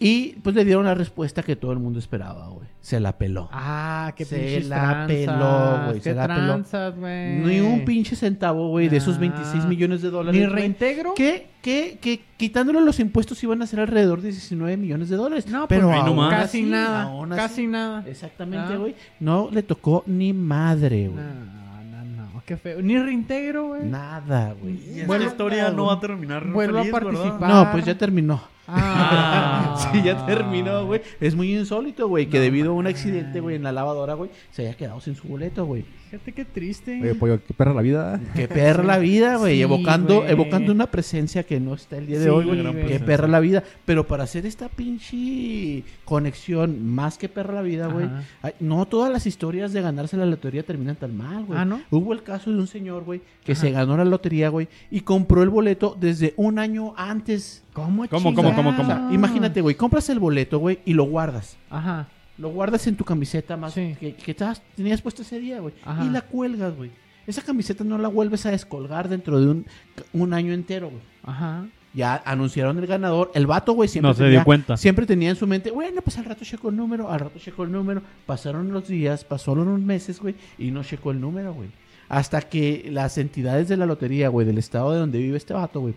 E: Y pues le dieron la respuesta que todo el mundo esperaba, güey. Se la peló.
A: Ah, qué
E: Se
A: pinches
E: la
A: tranzas,
E: peló, güey, se
A: qué
E: la peló.
A: tranzas, güey.
E: Ni un pinche centavo, güey, de esos 26
A: Ah.
E: millones de dólares.
A: Ni
E: güey,
A: reintegro.
E: Que, que, que quitándole los impuestos iban a ser alrededor de 19 millones de dólares.
A: No, pues,
E: pero
C: ahí
E: aún
C: nomás.
A: Casi
E: así, aún
A: nada.
E: así, Este,
A: Casi nada.
E: Exactamente,
A: Ah.
E: güey. No le tocó ni madre, güey.
A: No, no, no, qué feo. Ni reintegro, güey.
E: Nada, güey.
C: Y esta
A: Vuelvo-
C: historia no va a terminar
A: Vuelvo a
C: feliz, ¿verdad?
A: participar.
E: No, pues ya terminó.
A: Ah.
E: Sí, ya terminó, güey. Es muy insólito, güey, que debido a un accidente, güey, en la lavadora, güey, se haya quedado sin su boleto, güey.
A: Fíjate qué triste.
E: pues,
D: Oye, pollo, qué perra la vida.
E: Qué perra la vida, güey.
A: Sí,
E: evocando,
A: güey.
E: evocando una presencia que no está el día de
A: Sí,
E: hoy, güey.
A: gran
E: Qué
A: presencia.
E: perra la vida. Pero para hacer esta pinche conexión más que perra la vida, güey.
A: Ajá.
E: ay, No todas las historias de ganarse la lotería terminan tan mal, güey.
A: Ah, ¿no?
E: Hubo el caso de un señor, güey, que
A: Ajá.
E: se ganó la lotería, güey, y compró el boleto desde un año antes.
A: ¿Cómo,
C: ¿Cómo, cómo, cómo,
E: O
A: chingados?
C: cómo?
E: sea, imagínate, güey, compras el boleto, güey, y lo guardas.
A: Ajá.
E: Lo guardas en tu camiseta más
A: Sí.
E: que, que estabas- tenías puesta ese día, güey.
A: Ajá.
E: Y la cuelgas, güey. Esa camiseta no la vuelves a descolgar dentro de un, un año entero, güey.
A: Ajá.
E: Ya anunciaron el ganador. El vato, güey, siempre
C: No se
E: tenía-
C: dio cuenta.
E: Siempre tenía en su mente, bueno, pues al rato checo el número, al rato checo el número. Pasaron los días, pasaron unos meses, güey, y no checó el número, güey. Hasta que las entidades de la lotería, güey, del estado de donde vive este vato, güey,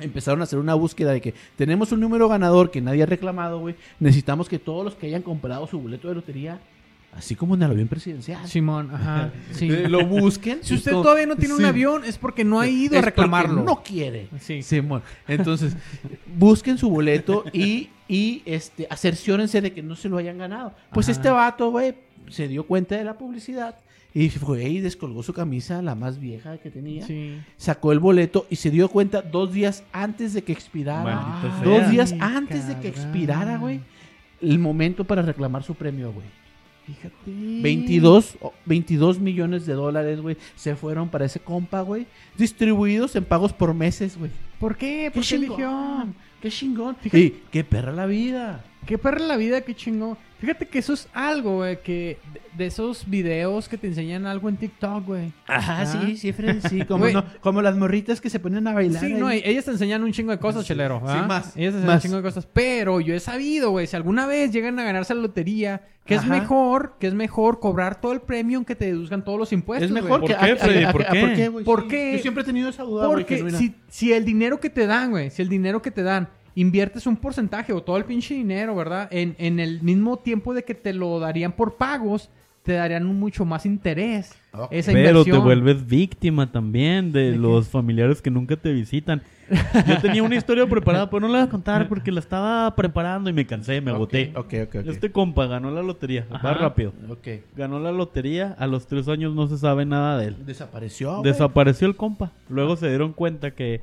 E: empezaron a hacer una búsqueda de que tenemos un número ganador que nadie ha reclamado, güey. Necesitamos que todos los que hayan comprado su boleto de lotería, así como en el avión presidencial,
A: Simón, ajá. Sí.
E: eh, lo busquen.
A: Si
E: Y
A: usted
E: con-
A: todavía no tiene un
E: Sí.
A: avión, es porque no ha ido a
E: Es porque
A: reclamarlo.
E: No quiere.
A: Sí.
E: Simón. Entonces, busquen su boleto y, y este, acerciórense de que no se lo hayan ganado. Pues
A: Ajá.
E: este vato, güey, se dio cuenta de la publicidad y fue y descolgó su camisa, la más vieja que tenía.
A: Sí.
E: Sacó el boleto y se dio cuenta dos días antes de que expirara.
C: Maldito sea.
E: dos días
A: Ay,
E: antes de que
A: cabrón.
E: expirara, güey. El momento para reclamar su premio, güey.
A: Fíjate.
E: 22, o- 22 millones de dólares, güey, se fueron para ese compa, güey. Distribuidos en pagos por meses, güey.
A: ¿Por qué?
E: ¿Qué
A: ¿Por qué eligió?
E: chingón? ¿Qué chingón?
A: Fíjate-
E: Y qué perra la vida.
A: Qué perra la vida, qué chingón. Fíjate que eso es algo, güey, que de, de esos videos que te enseñan algo en TikTok, güey.
E: Ajá,
A: Ah.
E: sí, sí, Fred, sí. Como,
A: Güey.
E: no- como las morritas que se ponen a bailar.
A: Sí,
E: ahí.
A: no, ellas te enseñan un chingo de cosas,
E: Sí,
A: chelero.
E: sí,
A: ¿verdad?
E: más,
A: Ellas te enseñan
E: más.
A: un chingo de cosas. Pero yo he sabido, güey, si alguna vez llegan a ganarse la lotería, que es
E: Ajá.
A: mejor, que es mejor cobrar todo el premio aunque te deduzcan todos los impuestos.
E: es
A: güey.
E: mejor
C: ¿Por
E: que...
C: qué, Freddy? ¿Por qué?
E: güey?
A: ¿Por
E: Sí.
A: qué?
E: Yo siempre he tenido esa duda, güey,
A: Porque
E: genuina.
A: si, si el dinero que te dan, güey, si el dinero que te dan, inviertes un porcentaje o todo el pinche dinero, ¿verdad? En, en el mismo tiempo de que te lo darían por pagos, te darían un mucho más interés.
E: Ok.
A: Esa
C: Pero
A: inversión.
C: te vuelves víctima también de,
A: qué?
C: los familiares que nunca te visitan. Yo tenía una historia preparada, pero no la voy a contar porque la estaba preparando y me cansé, me agoté.
E: Ok, ok, ok.
C: Este compa ganó la lotería,
A: Ajá.
C: va rápido.
E: Ok.
C: Ganó la lotería, a los tres años no se sabe nada de él.
E: Desapareció, güey.
C: Desapareció el compa. Luego se dieron cuenta que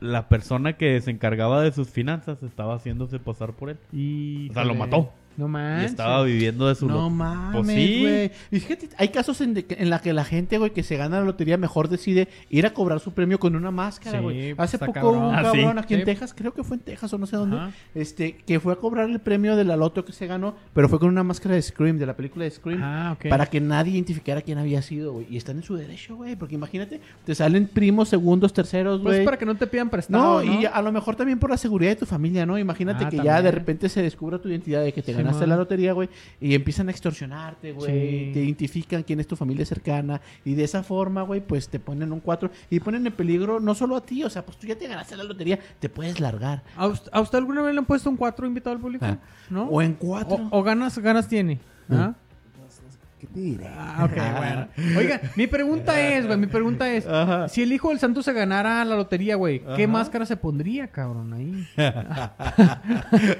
C: la persona que se encargaba de sus finanzas estaba haciéndose pasar por él.
A: Y,
C: O sea, lo mató.
A: No
C: Y
A: manches.
C: estaba viviendo de su
E: Ah, No
C: lo-
E: mames,
C: Pues sí.
E: güey. Y fíjate, hay casos en, de que- en la que la gente, güey, que se gana la lotería mejor decide ir a cobrar su premio con una máscara,
A: Sí,
E: güey.
A: pues,
E: Hace
A: está
E: poco
A: cabrón.
E: hubo un
C: Ah, sí.
E: cabrón aquí
A: Sí.
E: en Texas, creo que fue en Texas o no sé dónde,
A: Ajá.
E: este, que fue a cobrar el premio de la loto que se ganó, pero fue con una máscara de Scream, de la película de Scream.
A: Ah, ok.
E: Para que nadie identificara quién había sido, güey. Y están en su derecho, güey. Porque imagínate, te salen primos, segundos, terceros,
A: Pues
E: güey.
A: para que no te pidan prestado.
E: No, y a lo mejor también por la seguridad de tu familia, ¿no? Imagínate
A: Ah,
E: que ya
A: también.
E: de repente se descubra tu identidad de que te
A: Sí,
E: ganaste
A: man.
E: la lotería, güey, y empiezan a extorsionarte, güey,
A: Sí.
E: te identifican quién es tu familia cercana, y de esa forma, güey, pues te ponen un 4 y ponen en peligro no solo a ti, o sea, pues tú ya te ganaste la lotería, te puedes largar.
A: ¿A us- a usted alguna vez le han puesto un 4 invitado al público?
E: Ah.
A: ¿No?
E: O en
A: O,
E: 4.
A: o ganas, ganas tiene. ¿Ah?
D: ¿Qué te diré?
A: Ah, ok, bueno. Oigan, mi pregunta es, güey, mi pregunta es, si el hijo del santo se ganara la lotería, güey, ¿qué máscara se pondría, cabrón, ahí?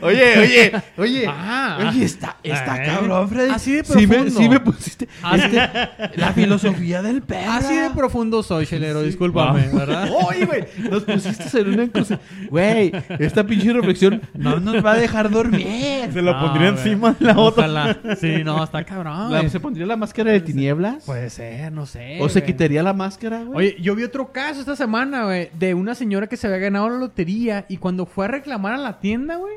E: Oye, oye, oye.
A: Ah.
E: Oye, está, está
A: Ah, ¿eh?
E: cabrón, Freddy.
A: Así de
E: Sí me,
A: profundo.
E: sí me pusiste.
B: Ah.
A: Así-
E: este, la filosofía del perro.
A: Así de profundo soy, chelero, discúlpame, ¿verdad?
E: Oye, güey, nos pusiste en una encrucijada. Güey, esta pinche reflexión no nos va a dejar dormir.
C: Se la pondría encima de la otra.
A: Ah, Ojalá. Sí, no, está cabrón.
E: La-
A: güey. Pues,
E: ¿Se pondría la máscara de tinieblas?
A: Puede ser, no sé.
E: ¿O se
A: güey.
E: quitaría la máscara, güey?
A: Oye, yo vi otro caso esta semana, güey, de una señora que se había ganado la lotería y cuando fue a reclamar a la tienda, güey,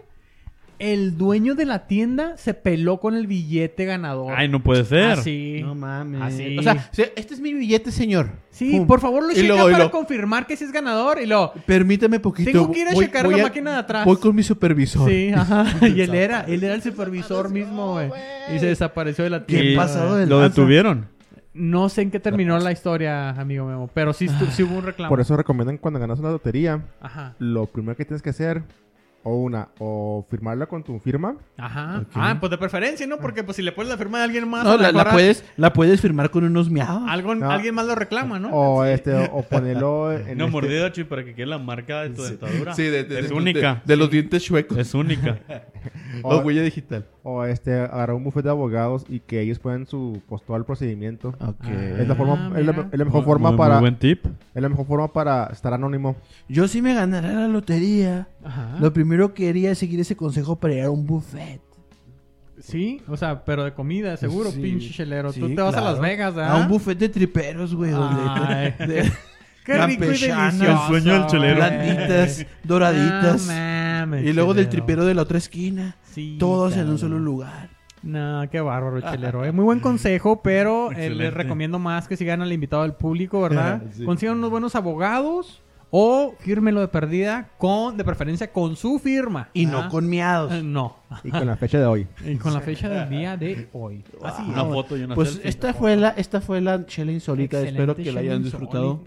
A: el dueño de la tienda se peló con el billete ganador.
E: Ah,
A: Ah,
C: Ay, no puede ser.
A: Así.
E: No mames.
A: Así.
E: O sea, se- este es mi billete, señor.
A: Sí,
E: Pum.
A: por favor lo
E: Y
A: checa
E: luego, y
A: para
E: luego,
A: confirmar que sí es ganador y lo.
E: Permítame poquito.
A: Tengo que ir a
E: voy-
A: checar
E: voy
A: la
E: a-
A: máquina de atrás.
E: Voy con mi supervisor.
A: Sí, ajá. Y él era, él era el supervisor mismo, güey. Y se desapareció de la
E: Qué
A: tienda.
E: pasado de
C: Lo
E: lanza.
C: detuvieron.
A: No sé en qué terminó la historia, amigo Memo, pero sí, estu- sí hubo un reclamo.
D: Por eso recomiendan cuando ganas una lotería,
A: Ajá.
D: lo primero que tienes que hacer o una, o firmarla con tu firma.
A: Ajá. Ah, pues de preferencia, ¿no? Porque pues si le pones la firma de alguien más, a
E: No,
A: lo
E: la, la
A: mejor
E: puedes, la puedes firmar con unos miados.
A: algo-
D: No.
A: alguien más lo reclama, ¿no?
D: O este, o ponerlo en
C: Una
D: este-
C: mordida, Chuy, para que quede la marca de tu dentadura.
F: Sí, de, de-
C: Ah, es
F: de-
C: única.
F: de- de los dientes chuecos.
C: Es única.
D: o,
F: O huella digital.
D: o este, agarrar un bufete de abogados y que ellos puedan su postó al procedimiento.
E: Ok.
D: es la forma,
A: Ah,
D: es la,
A: mira.
D: es la mejor
C: Muy-
D: forma
C: muy-
D: para,
C: muy buen tip.
D: es la mejor forma para estar anónimo.
B: Yo sí me ganaré la lotería.
E: Ah.
A: Ajá.
B: Lo primero que haría es seguir ese consejo para llegar a un buffet.
A: Sí, o sea, pero de comida, seguro,
B: Sí.
A: pinche chelero.
B: Sí,
A: Tú te vas
B: claro.
A: a Las Vegas, ¿verdad?
B: A un buffet de triperos, güey.
A: Ay.
B: Donde de-
A: Qué rico y
B: Campechana.
A: delicioso.
C: El sueño del chelero.
B: blanditas, doraditas. y luego del tripero de la otra esquina. Todos en un solo lugar.
A: No, qué bárbaro, chelero. eh. Muy buen consejo, pero eh, les
C: Excelente.
A: recomiendo más que sigan al invitado del público, ¿verdad?
F: Sí.
A: Consigan unos buenos abogados o fírmelo de perdida con, de preferencia, con su firma.
B: Y
A: ¿verdad?
B: Ah. no con miados.
A: Eh, No,
D: Y con la fecha de hoy.
A: y con la fecha del día de hoy. Así
C: Una foto y una
E: Pues
C: selfie.
E: esta fue la, esta fue la chela insólita. Espero que la hayan disfrutado.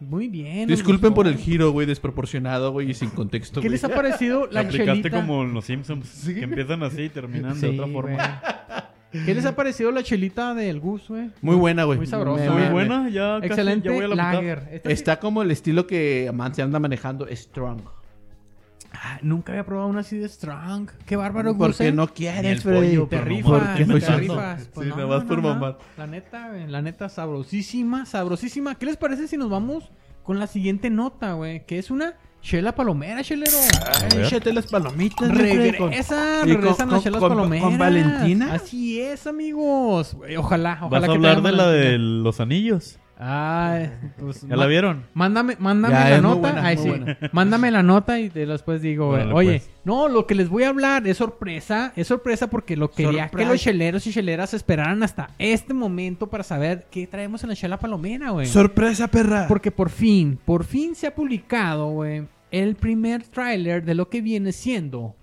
A: Muy bien. nos
F: Disculpen
A: gustó.
F: por el giro, güey, desproporcionado, güey, y sin contexto.
A: pues, ¿Qué
F: güey.
A: les ha parecido la
C: Aplicaste
A: chelita?
C: como en los Simpsons, que empiezan así y terminan de
A: Sí,
C: otra forma.
A: güey. ¿Qué les ha parecido la chelita del Gus, güey?
E: Muy buena, güey.
A: Muy sabrosa.
E: Me-
C: Muy
E: me-
C: buena, ya casi,
A: Excelente
C: ya voy a la mitad.
A: lager. Esta sí-
E: Está como el estilo que Amán se anda manejando, strong.
A: Ah, nunca había probado una así de strong. Qué bárbaro, Gus.
E: Porque
A: eh.
E: no
C: Ni el
E: quieres, Freddy.
C: pollo,
A: Te
C: pero
A: rifas,
E: ¿Por qué no
A: te
E: hizo eso?
A: rifas. Pues
F: Sí,
A: no,
F: nada más
A: no,
F: por
A: no, no.
F: mamar.
A: La neta, güey, la neta, sabrosísima, sabrosísima. ¿Qué les parece si nos vamos con la siguiente nota, güey? Que es una chela palomera, chelero.
C: ver.
B: Échate las palomitas, mi Freddy, con-
A: Regresa,
B: Ah, y con-
A: regresan las
B: con-
A: chelas
B: con-
A: palomeras.
B: con Valentina.
A: Así es, amigos. Güey, Ojalá, ojalá
C: ¿Vas
A: que
C: a hablar de
A: traigan
C: la de
A: Valentina.
C: los anillos?
A: Ay, pues,
C: ¿Ya la
A: ma-
C: vieron?
A: Mándame, mándame
E: Ya,
A: la
E: es muy
A: nota.
E: buena,
A: Ay,
E: muy
A: sí.
E: buena.
A: Mándame la nota y te después digo, güey,
C: Órale,
A: oye,
C: pues.
A: no, lo que les voy a hablar es sorpresa, es sorpresa porque lo quería
B: Surprise.
A: que los cheleros y cheleras esperaran hasta este momento para saber qué traemos en la chela palomera, güey.
B: Sorpresa, perra.
A: Porque por fin, por fin se ha publicado, güey, el primer tráiler de lo que viene siendo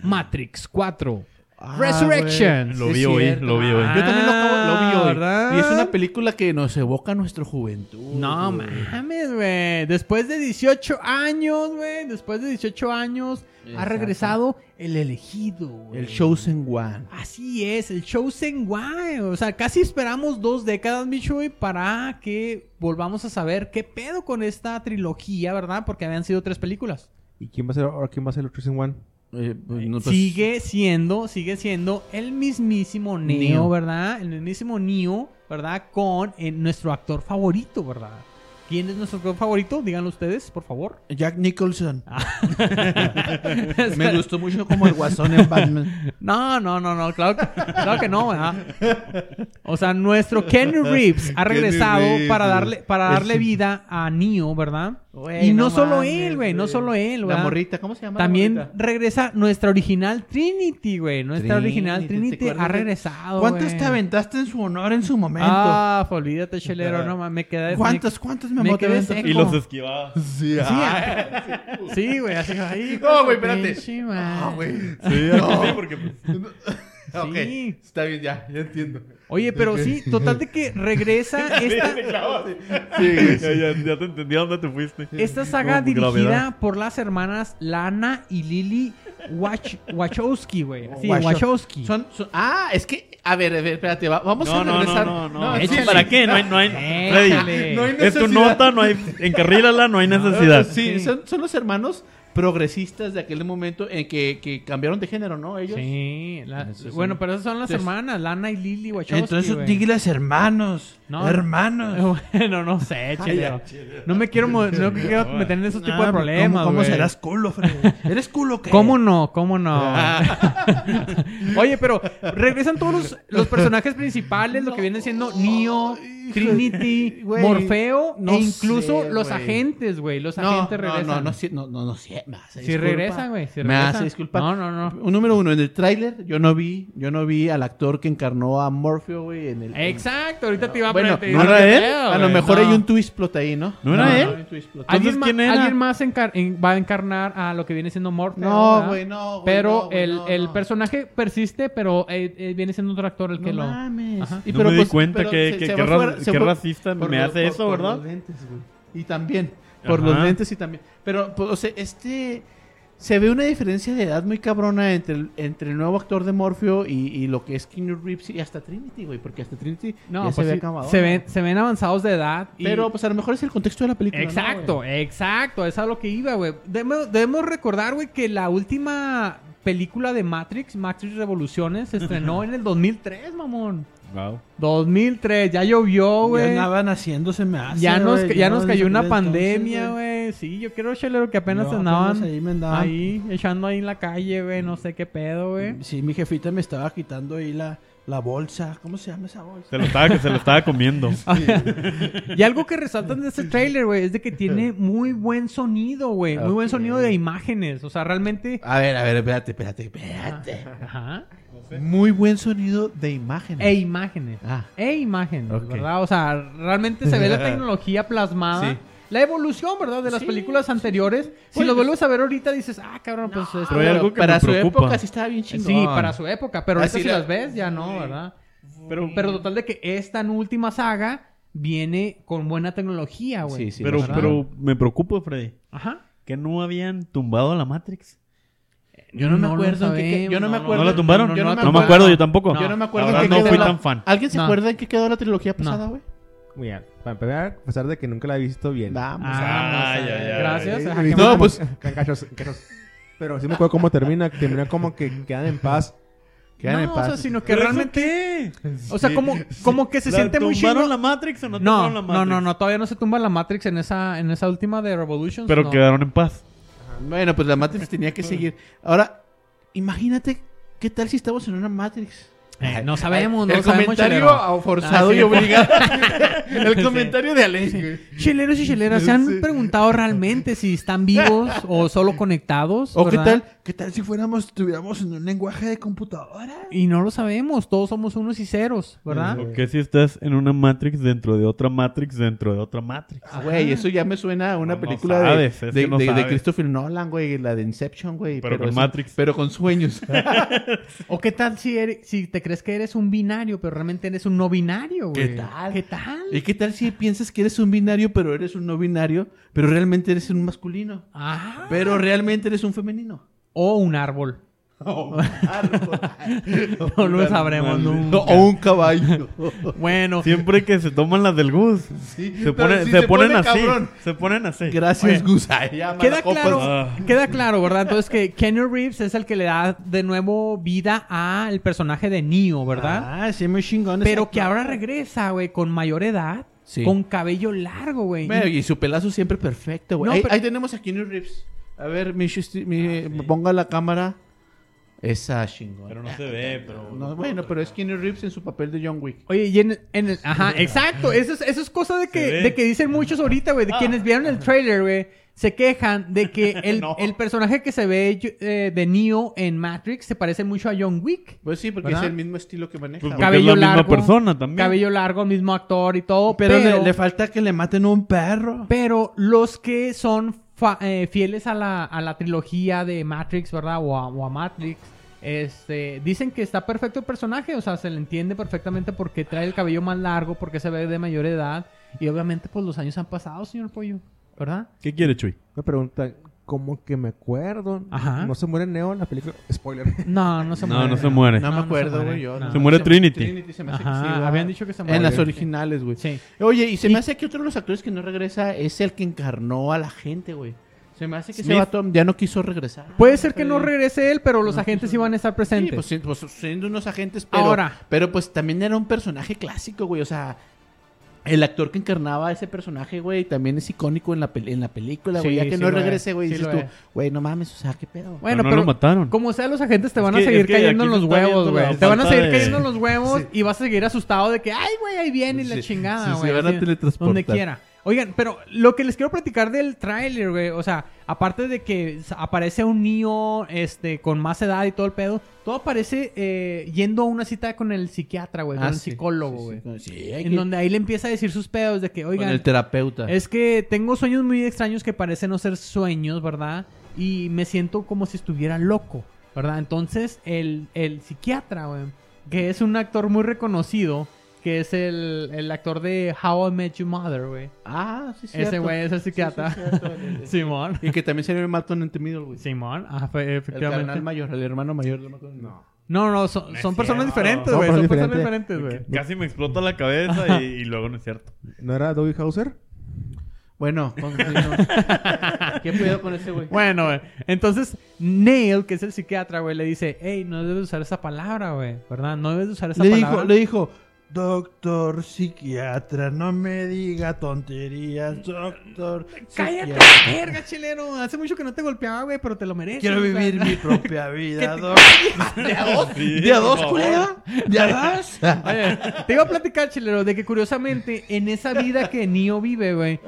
A: Matrix 4.
E: Ah,
A: Resurrection. Ah,
C: Lo vi hoy, lo vi hoy.
E: Yo también lo, acabo- lo vi hoy.
A: ¿verdad?
E: Y es una película que nos evoca nuestra juventud.
A: No
E: güey.
A: mames, güey. Después de 18 años, güey. Después de 18 años ha
E: Exacto.
A: regresado el elegido, güey.
E: El Chosen One.
A: Así es, el show Senguay. O sea, casi esperamos dos décadas, Micho, güey, para que volvamos a saber qué pedo con esta trilogía, ¿verdad? Porque habían sido tres películas.
D: ¿Y quién va a ser ahora quién va a ser el Chosen One?
E: Eh, pues, no, pues,
A: sigue siendo, sigue siendo el mismísimo Neo,
E: Neo.
A: ¿verdad? El mismísimo Neo, ¿verdad? Con eh, nuestro actor favorito, ¿verdad? ¿Quién es nuestro actor favorito? Díganlo ustedes, por favor.
B: Jack Nicholson.
A: Ah,
E: Me gustó mucho como el guasón en Batman.
A: No, no, no, no, claro que, claro que no, ¿verdad? O sea, nuestro Kenny Reeves ha
F: Keanu
A: regresado
F: Reeves,
A: para
F: güey.
A: darle, para darle vida a Neo, ¿verdad?
E: Güey,
A: y no,
E: no
A: solo
E: mames,
A: él, güey, no
E: güey.
A: solo él,
E: La
A: ¿verdad?
E: morrita, ¿cómo se llama? la
A: También
E: morrita?
A: regresa nuestra original Trinity, güey. Nuestra
E: Trinity,
A: original
E: ¿te
A: Trinity ha
E: acuerdas de-
A: regresado.
B: ¿Cuántas
A: güey.
B: te aventaste en su honor en su momento?
A: Ah, fue, olvídate, chelero. No, ma- me quedé.
B: ¿Cuántas, cuántas me,
A: me
B: me
A: quedé seco.
C: Y los esquivabas.
F: Sí,
A: Sí,
F: ah,
A: ah, sí, güey. Así, ay,
F: No, güey, espérate.
A: pinche madre.
F: ah, güey.
C: Sí, sí, porque
F: Ok,
A: Sí.
F: está bien, ya, ya entiendo.
A: Oye, pero sí, total de que regresa esta,
F: Sí,
C: ya, ya- ya te entendí a dónde te fuiste.
A: esta saga
C: Como
A: dirigida
C: gravedad.
A: por las hermanas Lana y Lily Wach- Wachowski, güey. Sí,
E: Wacho-
A: Wachowski.
E: Son, son- ah, es que, a ver, a ver, espérate, va- vamos
C: No,
E: a
C: no, no,
E: regresar.
C: no, no.
E: es
C: Eche,
E: que-
C: ¿Para qué? No hay, no hay,
A: Échale.
C: Freddy,
A: No hay
C: es tu
F: necesidad.
C: nota, no hay, encarrílala, no hay necesidad.
E: Ah, Sí,
A: Sí.
E: Son, son los hermanos progresistas de aquel momento en que, que cambiaron de género, ¿no? Ellos.
A: Sí, la-
E: Sí, sí.
A: bueno, pero esas son las hermanas, Lana y Lily Wachowski.
B: Entonces,
A: güey.
B: tigres hermanos.
A: No.
B: Hermanos.
A: Bueno, no sé, chelero. No me quiero, mo- no me quiero meter en esos tipos
B: Ah,
A: de problemas,
B: ¿Cómo, cómo
A: güey.
B: serás culo, Freddy? ¿Eres culo o
E: Este.
B: qué?
A: ¿Cómo no? ¿Cómo no? Oye, pero regresan todos los, los personajes principales, lo que vienen siendo Neo, Trinity,
E: güey.
A: Morfeo
E: No
A: e incluso
E: sé,
A: los
E: güey.
A: agentes, güey. Los
E: No,
A: agentes
E: no,
A: regresan.
E: no, no, sí, no, no, no, sí, me hace
A: Sí
E: disculpa.
A: regresan, güey. Sí
E: Me
A: regresan.
E: hace disculpa.
A: No, no, no.
E: Un número uno, en el tráiler yo no vi, yo no vi al actor que encarnó a Morpheo, güey, en el...
A: Exacto, ahorita te iba a
E: Bueno,
A: preguntar,
E: ¿no
A: ¿qué
E: era él?
A: pedo,
E: A lo
A: güey?
E: mejor
A: No.
E: hay un twist plot ahí, ¿no?
C: ¿No era él?
E: hay un twist plot.
A: ¿Alguien,
C: Entonces,
A: ma-
C: ¿quién era?
A: alguien más encar- en- va a encarnar a lo que viene siendo Morfeo.
E: No,
A: ¿verdad?
E: güey, no, güey,
A: Pero
E: no, güey,
A: el,
E: no,
A: el
E: no.
A: personaje persiste, pero eh, eh, viene siendo otro actor el que
E: No
A: lo...
E: mames.
A: Ajá.
E: Y
C: No
E: pero,
C: me di
E: pues,
C: cuenta
E: pero
C: que-
E: se-
C: que-
E: se
C: que
E: va
C: ra-
E: fuera- se
C: que
E: fue-
C: racista
E: por
C: me
E: lo-
C: hace
E: por-
C: eso,
E: por
C: ¿verdad?
E: los lentes, güey. y también, por
C: Ajá.
E: los lentes y también. Pero, pues, o sea, este... se ve una diferencia de edad muy cabrona entre el, entre el nuevo actor de Morfeo y, y lo que es Keanu Reeves y hasta Trinity, güey, porque hasta Trinity
A: No,
E: ya
A: pues
E: se ve
A: sí,
E: acabado.
A: se ven, se ven avanzados de edad. y-
E: Pero pues a lo mejor es el contexto de la película. ¿no, güey?
A: Exacto, exacto, es a lo que iba, güey. Debemos, debemos recordar, güey, que la última película de Matrix, Matrix Revoluciones, se estrenó en el 2003, mamón.
C: Wow.
A: 2003, ya llovió,
B: Ya
A: güey.
B: andaban haciéndose me hace,
A: Ya nos,
B: güey,
A: ya nos
B: desde
A: cayó una
B: aquel entonces,
A: pandemia, güey. Sí, yo quiero chelero que apenas
B: No,
A: andaban
B: apenas ahí me andaban-
A: ahí, echando ahí en la calle, güey, no sé qué pedo, güey.
B: Sí, mi jefita me estaba quitando ahí la, la bolsa. ¿Cómo se llama esa bolsa?
C: Se lo estaba, se lo estaba comiendo.
A: Y algo que resaltan de este trailer, güey, es de que tiene muy buen sonido, güey. Muy buen sonido de imágenes. O sea, realmente...
E: A ver, a ver, espérate, espérate, espérate.
A: Ajá.
E: Muy buen sonido de imágenes.
A: E imágenes.
E: Ah.
A: E imágenes,
E: Ok.
A: ¿verdad? O sea, realmente se ve la tecnología plasmada.
E: Sí.
A: La evolución, ¿verdad? De las
E: Sí,
A: películas anteriores. Si
E: Oye,
A: lo
E: pues-
A: vuelves a ver ahorita, dices, ah, cabrón, pues esto-
C: Pero hay algo que
E: para
C: me
E: su
C: preocupa.
E: época sí estaba bien chingón.
A: Sí, para su época. Pero ahorita
E: Así
A: si
E: la-
A: las ves, ya no, ¿verdad?
C: Pero,
A: Pero total de que esta en última saga viene con buena tecnología, güey.
E: Sí, sí,
C: pero,
A: ¿verdad?
C: pero me preocupo, Freddy.
A: Ajá.
C: Que no habían tumbado a la Matrix.
E: Yo no,
A: No lo
E: me acuerdo en qué-
A: sabemos,
E: yo Pues, no, me
A: no,
E: acuerdo.
C: ¿No la tumbaron?
E: Yo
C: No me acuerdo, yo tampoco.
E: Yo no me acuerdo
C: La
E: en
C: verdad,
E: qué
C: no
E: quedó
C: fui
E: la-
C: tan fan.
E: ¿Alguien se
A: No.
E: acuerda en qué quedó la trilogía pasada, güey?
D: Mira, para empezar, a pesar de que nunca la he visto bien.
E: Vamos.
A: Ah,
C: Ay,
A: no sé.
C: ay, ay.
A: Gracias. Ajá,
D: Sí,
A: qué
D: sí,
E: No,
D: como-
E: pues-
D: en cachos, en cachos. Pero sí me acuerdo cómo termina. que Termina como que quedan en paz.
E: Quedan en
A: No,
E: paz.
A: O sea, sino que
C: ¿Pero eso
A: realmente. O sea, como, como que se
C: ¿La
A: siente muy
C: ¿Tumbaron
A: chingón.
C: la Matrix o
A: No,
C: no, tumbaron la
A: no,
C: Matrix?
A: no, no, todavía no se tumba la Matrix en esa, en esa última de Revolutions.
C: Pero
A: no.
C: quedaron en paz.
E: Bueno, pues la Matrix tenía que seguir. Ahora, imagínate qué tal si estamos en una Matrix.
A: Eh, no sabemos, no
F: El
A: sabemos.
F: comentario
A: chelero.
F: a-
A: Ah,
F: forzado
A: sí.
F: y obligado. El comentario de Alex. güey.
A: Cheleros y cheleras, ¿se han preguntado realmente si están vivos o solo conectados?
B: ¿O qué
A: ¿verdad?
B: tal, qué tal si fuéramos, estuviéramos en un lenguaje de computadora?
A: Y no lo sabemos, todos somos unos y ceros, ¿verdad?
C: ¿O qué si estás en una Matrix dentro de otra Matrix dentro de otra Matrix?
E: Ah, Güey, eso ya me suena a una
C: No, no
E: película
C: sabes,
E: de,
C: es
E: de-
C: que no
E: de- de
C: sabes.
E: Christopher Nolan, güey, la de Inception, güey.
C: Pero con
E: es-
C: Matrix.
E: Pero con sueños.
A: ¿O qué tal si, eres- si te crees que eres un binario, pero realmente eres un no binario, güey?
E: ¿Qué tal?
A: ¿Qué tal?
E: ¿Y qué tal si piensas que eres un binario, pero eres un no binario, pero realmente eres un masculino?
A: Ah,
E: Pero realmente eres un femenino.
A: o un árbol. No lo sabremos nunca.
E: O un caballo.
A: Bueno,
C: Siempre que se toman las del Gus, se,
F: pero
C: ponen-
F: si
C: se
F: se
C: ponen
F: pone
C: así.
F: cabrón.
C: Se ponen así.
E: Gracias, Gus. Ay, ya,
A: queda
E: malacopas.
A: claro,
C: Ah.
A: queda claro, ¿verdad? Entonces que Keanu Reeves es el que le da de nuevo vida al personaje de Neo, ¿verdad?
B: Ah, sí, muy chingón. ese
A: Pero que
B: actor.
A: ahora regresa, güey, con mayor edad,
E: Sí.
A: con cabello largo, güey.
E: Bueno, y su pelazo siempre perfecto, güey.
A: No,
E: ahí,
A: pero-
E: ahí tenemos a Keanu Reeves. A ver, mi, shusti- mi-
B: Ah,
E: ponga la cámara. Esa chingona.
C: Pero no se ve, pero... pues,
E: No, bueno, pero es Keanu Reeves en su papel de John Wick.
A: Oye, y en, en el- Ajá, exacto. Eso es, eso es cosa de
C: Se
A: que,
C: ve. Ah.
A: de que dicen muchos ahorita, güey. De quienes vieron el trailer, güey. Se quejan de que el,
C: No.
A: el personaje que se ve eh, de Neo en Matrix se parece mucho a John Wick.
E: Pues sí, porque
A: ¿Verdad?
E: es el mismo estilo que maneja.
C: Pues porque es
E: güey.
C: la
A: Cabello
C: misma
A: largo,
C: persona también.
A: Cabello largo, mismo actor y todo. Pero,
B: Pero, le, le falta que le maten un perro.
A: pero los que son fa- eh, fieles a la, a la trilogía de Matrix, ¿verdad? O a, o a Matrix. Este, dicen que está perfecto el personaje, o sea, se le entiende perfectamente porque trae el cabello más largo, porque se ve de mayor edad y obviamente pues los años han pasado, señor Pollo, ¿verdad?
C: ¿Qué quiere, Chuy?
D: Me preguntan, ¿cómo que me acuerdo?
A: Ajá.
D: ¿No se muere Neo en la película? Spoiler.
A: No, no se
C: No,
A: muere.
C: no se muere.
E: no,
A: no,
E: me
A: no
E: acuerdo,
A: se muere.
E: güey. yo,
A: No.
E: no.
C: Se muere Trinity.
E: Trinity se me hace que
A: Ajá,
E: sí, ¿verdad?
A: habían dicho que se muere.
E: En las
A: Sí.
E: originales, güey.
A: Sí.
E: Oye, y se
A: Y-
E: me hace que otro de los actores que no regresa es el que encarnó a la gente, güey. Se me hace que ese
C: Smith.
E: vato ya no quiso regresar.
A: Puede ser que no regrese él, pero los agentes iban a estar
E: Sí,
A: presentes.
E: pues, sí, pues, siendo unos agentes, pero,
A: Ahora.
E: pero pues también era un personaje clásico, güey. O sea, el actor que encarnaba a ese personaje, güey, también es icónico en la, pel- en la película, güey.
A: Sí,
E: ya
A: sí
E: que no
A: lo
E: regrese,
A: es,
E: güey,
A: sí
E: dices
A: lo
E: tú,
A: es.
E: güey, no mames, o sea, qué pedo.
A: Bueno,
C: no
A: pero
C: lo mataron.
A: como sea, los agentes te van
C: que-
A: a seguir
C: es que
A: cayendo en
C: aquí
A: los
C: se está
A: huevos,
C: viendo
A: güey.
C: la
A: Te van a
C: falta
A: seguir
C: de-
A: cayendo en los huevos y vas a seguir asustado de que, ay, güey, ahí viene y la
E: Sí, sí,
A: chingada,
E: se
A: güey.
E: van a
A: así,
E: teletransportar.
A: Donde quiera. Oigan, pero lo que les quiero platicar del tráiler, güey, o sea, aparte de que s- aparece un niño este, con más edad y todo el pedo, todo aparece eh, yendo a una cita con el psiquiatra, güey, con
E: Ah,
A: el
E: sí,
A: psicólogo,
E: sí,
A: güey.
E: sí, sí, hay
A: En
E: que-
A: donde ahí le empieza a decir sus pedos de que,
E: con
A: oigan,
E: el terapeuta.
A: es que tengo sueños muy extraños que parecen no ser sueños, ¿verdad? Y me siento como si estuviera loco, ¿verdad? Entonces, el, el psiquiatra, güey, que es un actor muy reconocido, que es el, el actor de How I Met Your Mother, güey.
E: Ah, sí, sí.
A: Ese güey es el psiquiatra. Simón.
E: Y que también salió el Malton en Temido, güey.
A: Simón, ah, fue-
E: El
A: efectivamente.
E: carnal mayor, el hermano mayor de Malcolm.
D: No.
A: No, no, son,
C: No es
A: son personas
C: cierto.
A: diferentes,
D: Son
A: güey. Son
D: personas
A: personas diferentes, güey.
C: Casi me explota la cabeza y, y luego no es cierto.
D: ¿No era Dobby Hauser?
E: Bueno, continuo. ¿qué pedo con ese güey?
A: Bueno, güey. Entonces, Neil, que es el psiquiatra, güey, le dice, hey, no debes usar esa palabra, güey. ¿Verdad? No debes usar esa
B: Le
A: palabra.
B: dijo, le dijo, doctor psiquiatra, no me diga tonterías, doctor
A: Cállate,
B: psiquiatra.
A: verga, chileno. Hace mucho que no te golpeaba, güey, pero te lo mereces.
B: Quiero
A: güey.
B: vivir mi propia vida, doctor.
C: Sí,
B: ¿De a
C: por
B: dos,
C: favor.
B: culero? ¿De a dos?
A: Oye, te iba a platicar, chileno, de que curiosamente en esa vida que Neo vive, güey,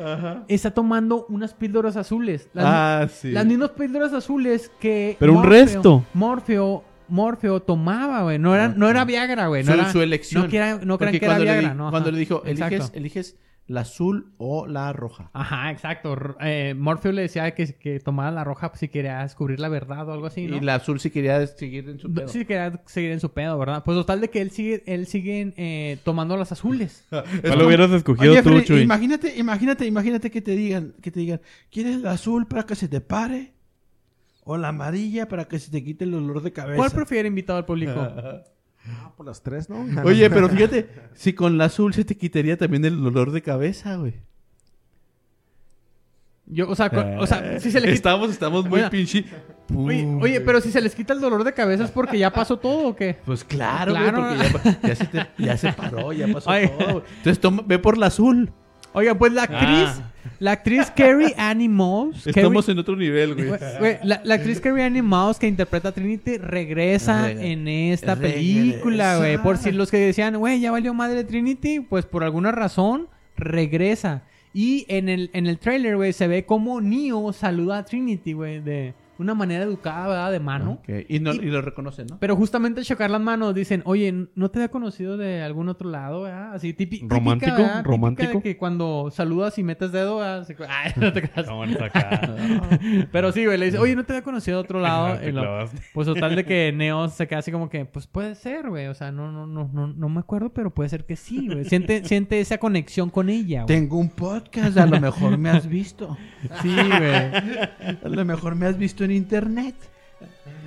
A: está tomando unas píldoras azules. Las,
C: Ah, sí.
A: las mismas píldoras azules que.
C: Pero un resto.
A: Morfeo. Morfeo tomaba, güey. No era, no era Viagra, güey. No
E: Ah, su,
A: era,
E: su elección.
A: No, que era- no crean
E: Porque
A: que era
E: cuando le di-
A: Viagra, ¿no?
E: Cuando
A: Ajá.
E: le dijo,
A: Exacto. Ah,
E: eliges, eliges la azul o la roja.
A: Ajá, exacto. R- Eh, Morfeo le decía que, que tomara la roja pues, si quería descubrir la verdad o algo así, ¿no?
E: Y la azul si quería seguir en su pedo.
A: Sí, quería seguir en su pedo, ¿verdad? Pues total de que él sigue, él sigue eh, tomando las azules.
C: ¿Cuál hubieras escogido
B: Oye,
C: tú,
B: Freddy,
C: Chuy?
B: imagínate, imagínate, imagínate que te digan, que te digan, ¿quieres la azul para que se te pare? ¿O la amarilla para que se te quite el dolor de cabeza?
A: ¿Cuál prefiere invitado al público?
D: Ah, por las tres, ¿no?
E: Oye, pero fíjate, si con la azul se te quitaría también el dolor de cabeza, güey.
A: Yo, o sea, cu- o sea, si se le quita.
E: Estamos, estamos muy
A: Mira.
E: pinche.
A: Oye, oye, pero si se les quita el dolor de cabeza es porque ya pasó todo o qué?
E: Pues claro,
A: Claro.
E: güey, porque ya, ya se te- ya se paró, ya pasó
A: Oye.
E: todo. güey. Entonces toma- ve por la azul. Ah,
A: Oiga, pues la actriz, la actriz Carrie Annie Moss,
E: Estamos
A: Carrie-
E: en otro nivel, güey.
A: güey, güey, la, la actriz Carrie Annie Moss que interpreta a Trinity regresa
E: Regresa.
A: en esta película, güey. Por si los que decían, güey, ya valió madre Trinity, pues por alguna razón regresa. Y en el, en el trailer, güey, se ve como Neo saluda a Trinity, güey, de una manera educada, ¿verdad? De mano.
E: Ok, Y, no, y lo reconocen, ¿no?
A: Pero justamente al chocar las manos dicen, oye, ¿no te había conocido de algún otro lado? ¿verdad? Así típi- típica,
C: Romántico,
A: ¿verdad? Típica
C: romántico.
A: de que cuando saludas y metes dedo, ¿verdad? Así que, ay, no te creas.
C: Vamos acá.
A: Pero sí, güey, le dice, oye, ¿no te había conocido de otro lado?
C: Ah, te
A: Y lo-
C: clavaste.
A: pues total de que Neo se queda así como que, pues puede ser, güey. O sea, no, no, no, no, no me acuerdo, pero puede ser que sí, güey. Siente, siente esa conexión con ella, güey.
B: Tengo un podcast, a lo mejor me has visto.
A: Sí, güey.
B: A lo mejor me has visto en internet.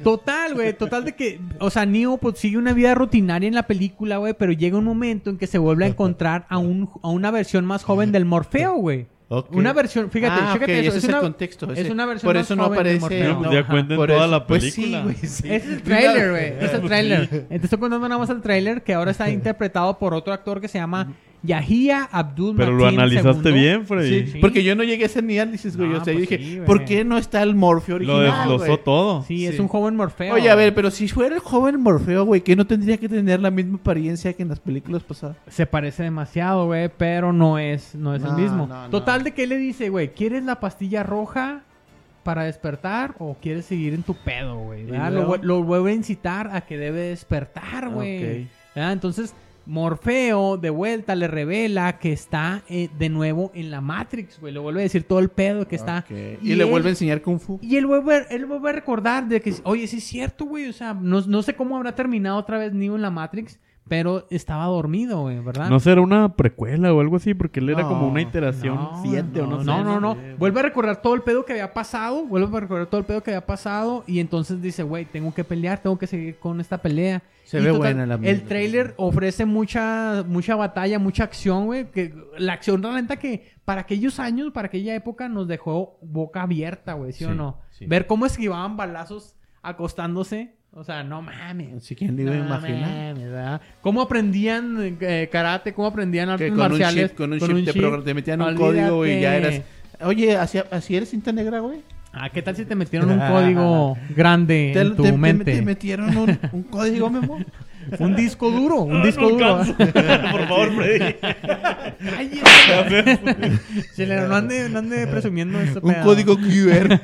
A: Total, güey, total de que, o sea, Neo pues, sigue una vida rutinaria en la película, güey, pero llega un momento en que se vuelve a encontrar a, un, a una versión más joven del Morfeo, güey.
E: Ok.
A: Una versión, fíjate,
E: Ah,
A: fíjate
E: ok,
A: eso,
E: ese
A: es
E: es el
A: una,
E: contexto,
A: es
E: ese.
A: una versión
E: Por
A: más
E: eso no
A: joven del
E: aparece-
A: Morfeo.
E: No,
C: Pues
A: Ajá.
C: ya cuenten
E: Por
C: toda
E: eso-
C: la película.
E: pues sí, güey, sí.
A: Ese es el trailer, güey. Es el trailer. Te estoy contando nada más el trailer que ahora está interpretado por otro actor que se llama Yahia Abdul
C: Pero lo
A: Mateen
C: analizaste
A: II.
C: bien, Freddy.
E: Sí, Porque yo no llegué a hacer ni análisis, güey.
A: No,
E: o sea, yo
A: pues
E: dije,
A: sí, güey.
E: ¿por qué no está el Morfeo
C: Lo
E: original?
C: desglosó
E: güey?
C: todo.
A: Sí, es
E: Sí.
A: un joven Morfeo.
E: Oye, a ver, pero si fuera el joven Morfeo, güey, que no tendría que tener la misma apariencia que en las películas pasadas.
A: Se parece demasiado, güey, pero no es, no es
E: No,
A: el mismo.
E: no, no.
A: Total de que le dice, güey, ¿quieres la pastilla roja para despertar o quieres seguir en tu pedo, güey? ¿Verdad? Lo,
E: luego?
A: vu- lo vuelve a incitar a que debe despertar, güey. ¿Verdad? Entonces, Morfeo de vuelta le revela que está eh, de nuevo en la Matrix, güey. Le vuelve a decir todo el pedo que está.
E: Ok. Y, le
A: él-
E: vuelve a enseñar Kung Fu.
A: y él vuelve, él vuelve a recordar de que, oye, sí es cierto, güey. O sea, no, no sé cómo habrá terminado otra vez Neo en la Matrix, pero estaba dormido, güey, ¿verdad?
C: No será una precuela o algo así, porque él era como una iteración
A: No,
C: 7 o no sé.
A: No, no, no. Vuelve a recordar todo el pedo que había pasado. Vuelve a recordar todo el pedo que había pasado. Y entonces dice, güey, tengo que pelear, tengo que seguir con esta pelea.
E: Se
A: Y
E: ve buena la
A: El
E: mierda.
A: trailer ofrece mucha, mucha batalla, mucha acción, güey. Que, la acción realenta que para aquellos años, para aquella época, nos dejó boca abierta, güey, ¿sí, o
E: Sí,
A: no?
E: sí.
A: Ver cómo esquivaban balazos acostándose. O sea, no mames.
E: Así que ni
A: No
E: me imagino.
A: mames, ¿verdad? ¿Cómo aprendían eh, karate? ¿Cómo aprendían
E: Que
A: artes
E: con un
A: marciales?
E: chip, con un chip, te, program- te metían un código, güey, y ya eras. Oye, ¿así, así eres eh? cinta negra, güey?
A: Ah, ¿qué tal si te metieron un código grande en tu
B: te,
A: mente?
B: te metieron un, un código, Memo.
A: Un disco duro, un disco duro.
C: Por favor, Freddy.
A: Ay, Chileno, no ande, no ande presumiendo este esto.
E: Un código QR.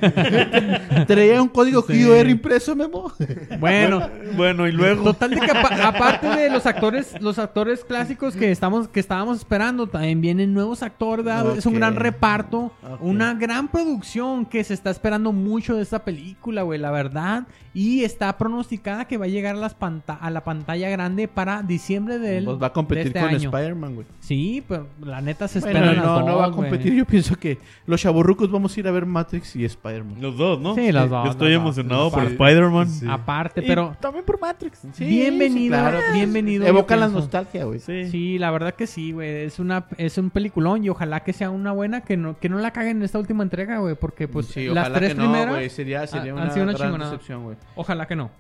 E: Traía un código QR impreso, Memo.
A: Bueno,
C: Bueno, y luego.
A: Total de que apa- aparte de los actores, los actores clásicos que estamos, que estábamos esperando, también vienen nuevos actores, ¿verdad? es un
E: Ok.
A: gran reparto,
E: Ok.
A: una gran producción que se está esperando mucho de esta película, güey, la verdad, y está pronosticada que va a llegar a las panta- a la pantalla batalla grande para diciembre del.
E: Pues va a competir
A: de este
E: con
A: año.
E: Spider-Man, güey.
A: Sí, pero la neta se
E: Bueno,
A: espera.
E: no, no va a competir. Yo pienso que los chaburrucos vamos a ir a ver Matrix y Spider-Man.
C: Los dos, ¿no?
A: Sí, los
C: Yo
A: dos,
C: estoy
A: los dos.
C: emocionado
A: Los
C: por
A: dos. Ah,
C: Spider-Man.
A: Aparte,
C: Y
A: pero.
C: también por Matrix.
E: Sí,
A: bienvenido,
E: claro, pues,
A: bienvenido.
E: Evoca
A: yo
E: la
A: pienso.
E: nostalgia, güey.
C: Sí.
A: Sí, la verdad que sí, güey. Es una es un peliculón y ojalá que sea una buena que no que no la caguen en esta última entrega, güey, porque pues
E: Sí,
A: las
E: ojalá
A: tres
E: que no,
A: primeras
E: güey. Sería, sería
A: han
E: una,
A: sido una
E: gran
A: chingonada.
E: decepción, güey.
A: ojalá que no.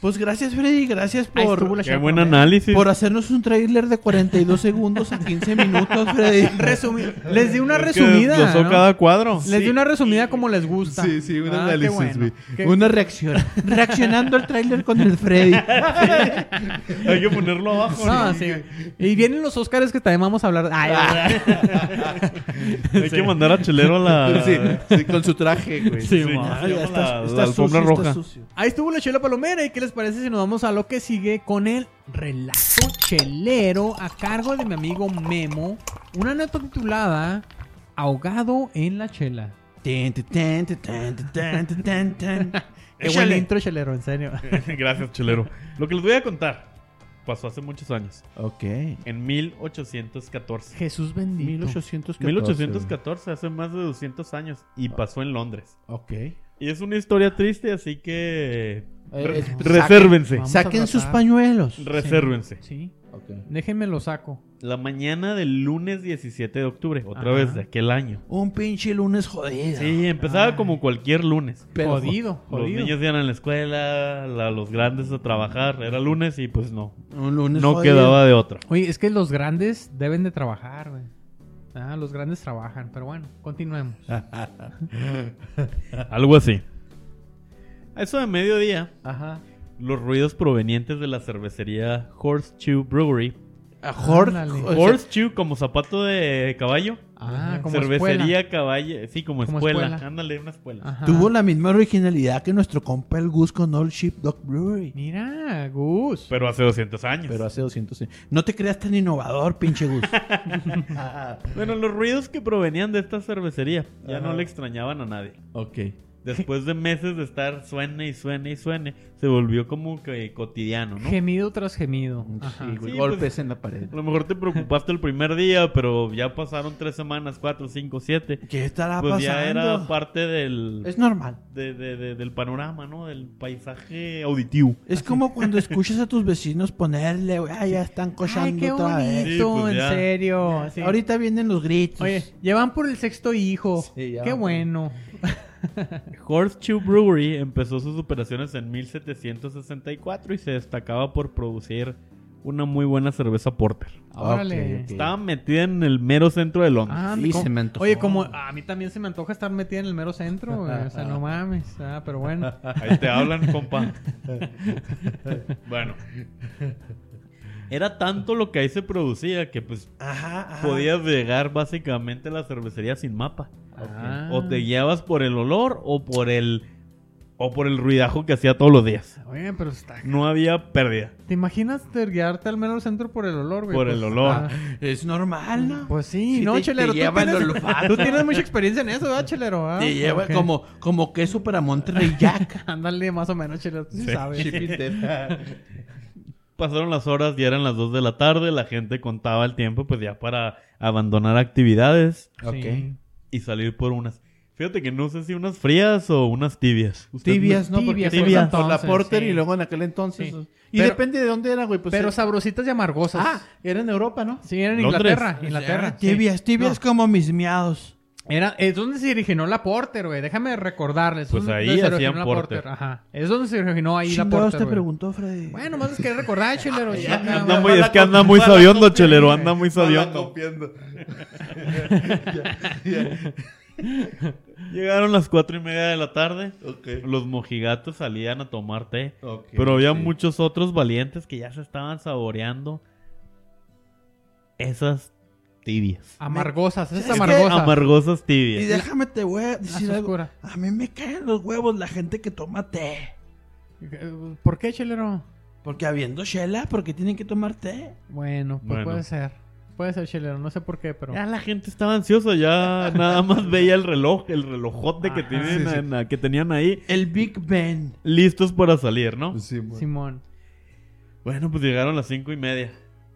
E: Pues gracias, Freddy. Gracias
A: Ahí
E: por,
A: estuvo la
C: Qué
E: eh.
C: buen análisis.
E: por hacernos un trailer de 42 segundos a 15 minutos, Freddy.
A: Resumir. Les di una
C: Es que
A: resumida,
C: los dos
A: ¿no?
C: cada cuadro.
A: Les di una resumida como les gusta.
F: Sí, sí, un
A: Ah, qué
F: análisis,
A: bueno.
F: güey.
A: Qué-
E: Una reacción. Reaccionando al tráiler con el Freddy.
C: Hay que ponerlo abajo.
A: No, sí. Y vienen los Oscars que también vamos a hablar. Ay,
C: Hay que mandar a Chelero a la.
E: Sí, sí, con su traje, güey.
A: sí,
C: Ah. Sí,
A: mo.
C: ya.
E: Ah, ya
C: Llama
E: está-
C: la-
E: está
C: la alfombra
E: sucio,
C: roja.
E: está sucio.
A: Ahí estuvo la chela palomera. ¿Y qué les parece si nos vamos a lo que sigue con el relato chelero a cargo de mi amigo Memo? Una nota titulada Ahogado en la chela.
E: Ten, ten, ten, ten, ten, ten, ten, ten.
A: Qué buen
E: Échale.
A: intro chelero, en serio.
C: Gracias, Chelero. Lo que les voy a contar pasó hace muchos años.
E: Ok.
C: En 1814.
A: Jesús bendito.
E: 1814.
C: 1814, hace más de 200 años. Y pasó en Londres.
E: Ok.
C: Y es una historia triste, así que. re-
E: es-
C: resérvense.
A: Vamos a
E: Saquen
A: tratar.
E: sus pañuelos.
C: Resérvense.
A: Sí.
E: Ok.
A: Déjenme lo saco.
C: La mañana del lunes 17 de octubre, otra
A: Ajá.
C: vez de aquel año.
E: Un pinche lunes jodido.
C: Sí, empezaba como cualquier lunes.
E: Pero-
A: jodido,
C: Los
A: jodido.
C: niños iban a la escuela, la- los grandes a trabajar. Era lunes y pues no.
E: Un lunes
C: No
E: jodido.
C: quedaba de otra.
A: Oye, es que los grandes deben de trabajar, güey. Ah, los grandes trabajan, pero bueno, continuemos.
C: Algo así. A eso de mediodía,
E: Ajá.
C: los ruidos provenientes de la cervecería Horseshoe Brewery.
E: A Hort.
A: Ah, Ándale.
E: o sea,
C: Horseshoe como zapato de caballo.
A: Ah, como
C: cervecería caballo. Sí, como,
A: Como
C: escuela.
A: escuela. Ah.
C: Ándale, una escuela.
A: Ajá.
E: Tuvo la misma originalidad que nuestro compa el Gus con Old Ship Dog Brewery.
A: Mira, Gus.
C: Pero hace 200 años.
E: Pero hace 200 años. No te creas tan innovador, pinche Gus.
C: Bueno, los ruidos que provenían de esta cervecería ya no le extrañaban a nadie.
E: ok.
C: Después de meses de estar suene y suene y suene, se volvió como que cotidiano, ¿no?
A: Gemido tras gemido. Ajá.
E: Sí, güey,
C: Sí,
E: golpes
C: pues-
E: en la pared.
C: A lo mejor te preocupaste el primer día, pero ya pasaron tres semanas, cuatro, cinco, siete.
E: ¿Qué estará
C: Pues
E: pasando?
C: ya era parte del,
E: Es normal.
C: de- de- de- del panorama, ¿no? Del paisaje auditivo.
E: Es como cuando escuchas a tus vecinos ponerle, güey, ah, ya están
A: Ay,
E: cochando
A: qué
E: otra vez.
A: bonito,
C: Sí, pues,
A: en
C: ya.
A: serio. sí.
E: Ahorita vienen los gritos.
A: Oye, llevan por el sexto hijo.
E: Sí, ya
A: qué
E: van.
A: bueno.
C: Horseshoe Brewery empezó sus operaciones en 1764 y se destacaba por producir una muy buena cerveza porter.
A: Órale.
E: Ah, ok.
C: Estaba metida en el mero centro de Londres.
A: Ah,
E: Y
A: ¿cómo?
E: se me antojó.
A: Oye, como a mí también se me antoja estar metida en el mero centro, güey. O sea, no mames. Ah, pero bueno.
C: Ahí te hablan, compa. Bueno. Era tanto lo que ahí se producía que pues
E: Ajá, ajá.
C: podías llegar básicamente a la cervecería sin mapa.
A: Ah.
C: O te guiabas por el olor o por el o por el ruidajo que hacía todos los días.
A: Oye, pero está.
C: No había pérdida.
A: ¿Te imaginas de guiarte al mero centro por el olor, güey? ah,
C: Por el olor.
E: Es normal, ¿no?
A: pues sí,
E: Sí,
A: no,
E: te- te
A: chelero. tú,
E: lleva el
A: tienes,
E: olfato.
A: tú tienes mucha experiencia en eso, ¿verdad, chelero? Ah,
E: Te lleva
A: ok.
E: como, como queso para Monterrey Jack.
A: Ándale, más o menos, chelero. Tú sí,
C: Sí.
A: sabes.
C: Pasaron las horas, ya eran las 2 de la tarde, la gente contaba el tiempo pues ya para abandonar actividades
A: Sí.
C: y salir por unas. Fíjate que no sé si unas frías o unas tibias. Ustedes
E: Tibias, ¿no? Porque
A: Tibias,
E: tibias,
A: por
E: por la
A: entonces,
E: Porter
A: sí.
E: y luego en aquel entonces.
A: Sí.
E: Y
A: Pero-
E: depende de dónde era, güey. Pues,
A: Pero
E: eh,
A: sabrositas y amargosas.
E: Ah, era en Europa, ¿no?
A: Sí, era en
C: Londres.
A: Inglaterra. Inglaterra.
E: Ah, tibias, tibias como mis miados.
A: Era, es donde se originó la Porter, güey. Déjame recordarles.
C: Pues
A: Es donde
C: ahí
A: se
C: hacían
A: originó la
C: Porter.
A: Ajá. Es donde se originó ahí la
E: Chingados
A: Porter.
E: te
A: güey.
E: preguntó, Freddy.
A: Bueno, más es que recordar, chelero. chinga,
C: Anda
A: güey.
C: muy, es que anda muy sabiondo, chelero. Anda muy sabiondo.
F: copiando.
C: Llegaron las cuatro y media de la tarde.
F: Ok.
C: Los mojigatos salían a tomar té.
F: Ok,
C: Pero había
F: sí.
C: muchos otros valientes que ya se estaban saboreando esas tibias.
A: Amargosas, esas
E: Es que-
A: amargosas.
C: Amargosas
E: Y
C: tibias.
E: déjame te voy a
A: Más
E: decir algo.
A: oscura.
E: A mí me caen los huevos la gente que toma té.
A: Eh, ¿Por qué, chelero?
E: Porque habiendo chela, porque tienen que tomar té.
A: Bueno, pues
C: Bueno.
A: puede ser. Puede ser, chelero. No sé por qué, pero.
C: Ya la gente estaba ansiosa, ya nada más veía el reloj, el relojote que,
A: Ajá.
C: tienen
F: Sí, sí.
C: en la- que tenían ahí,
E: El Big Ben. Pues
C: listos para salir, ¿no?
F: Sí, man.
A: Simón.
C: Bueno, pues llegaron las cinco y media.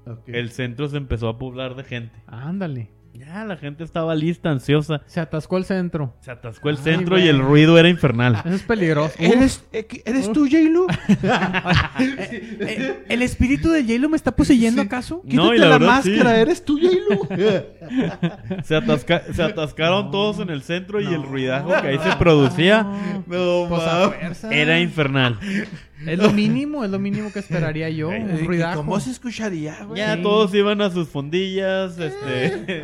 E: Ok.
C: El centro se empezó a poblar de gente.
A: Ándale.
C: Ya, la gente estaba lista, ansiosa.
A: Se atascó el centro.
C: Se atascó el
A: Ay,
C: centro
A: güey. Ah,
C: y el ruido era infernal.
A: Eso es peligroso.
E: ¿Eres, eh, que- ¿Eres tú, J-Lo?
A: ¿El, el espíritu de J-Lo me está poseyendo acaso?
C: No, y
E: Quítate
C: la
E: la,
C: verdad,
E: máscara,
C: sí.
E: ¿eres tú, J-Lo?
C: Se, atasca- se atascaron todos en el centro y el ruidajo que ahí se producía
F: No,
A: Pues a fuerza.
C: era infernal.
A: Es lo mínimo, es lo mínimo que esperaría yo.
C: Eh,
A: Un
B: ¿Y
A: ruidajo.
B: ¿Cómo se escucharía, güey?
C: Ya todos iban a sus fondillas, este...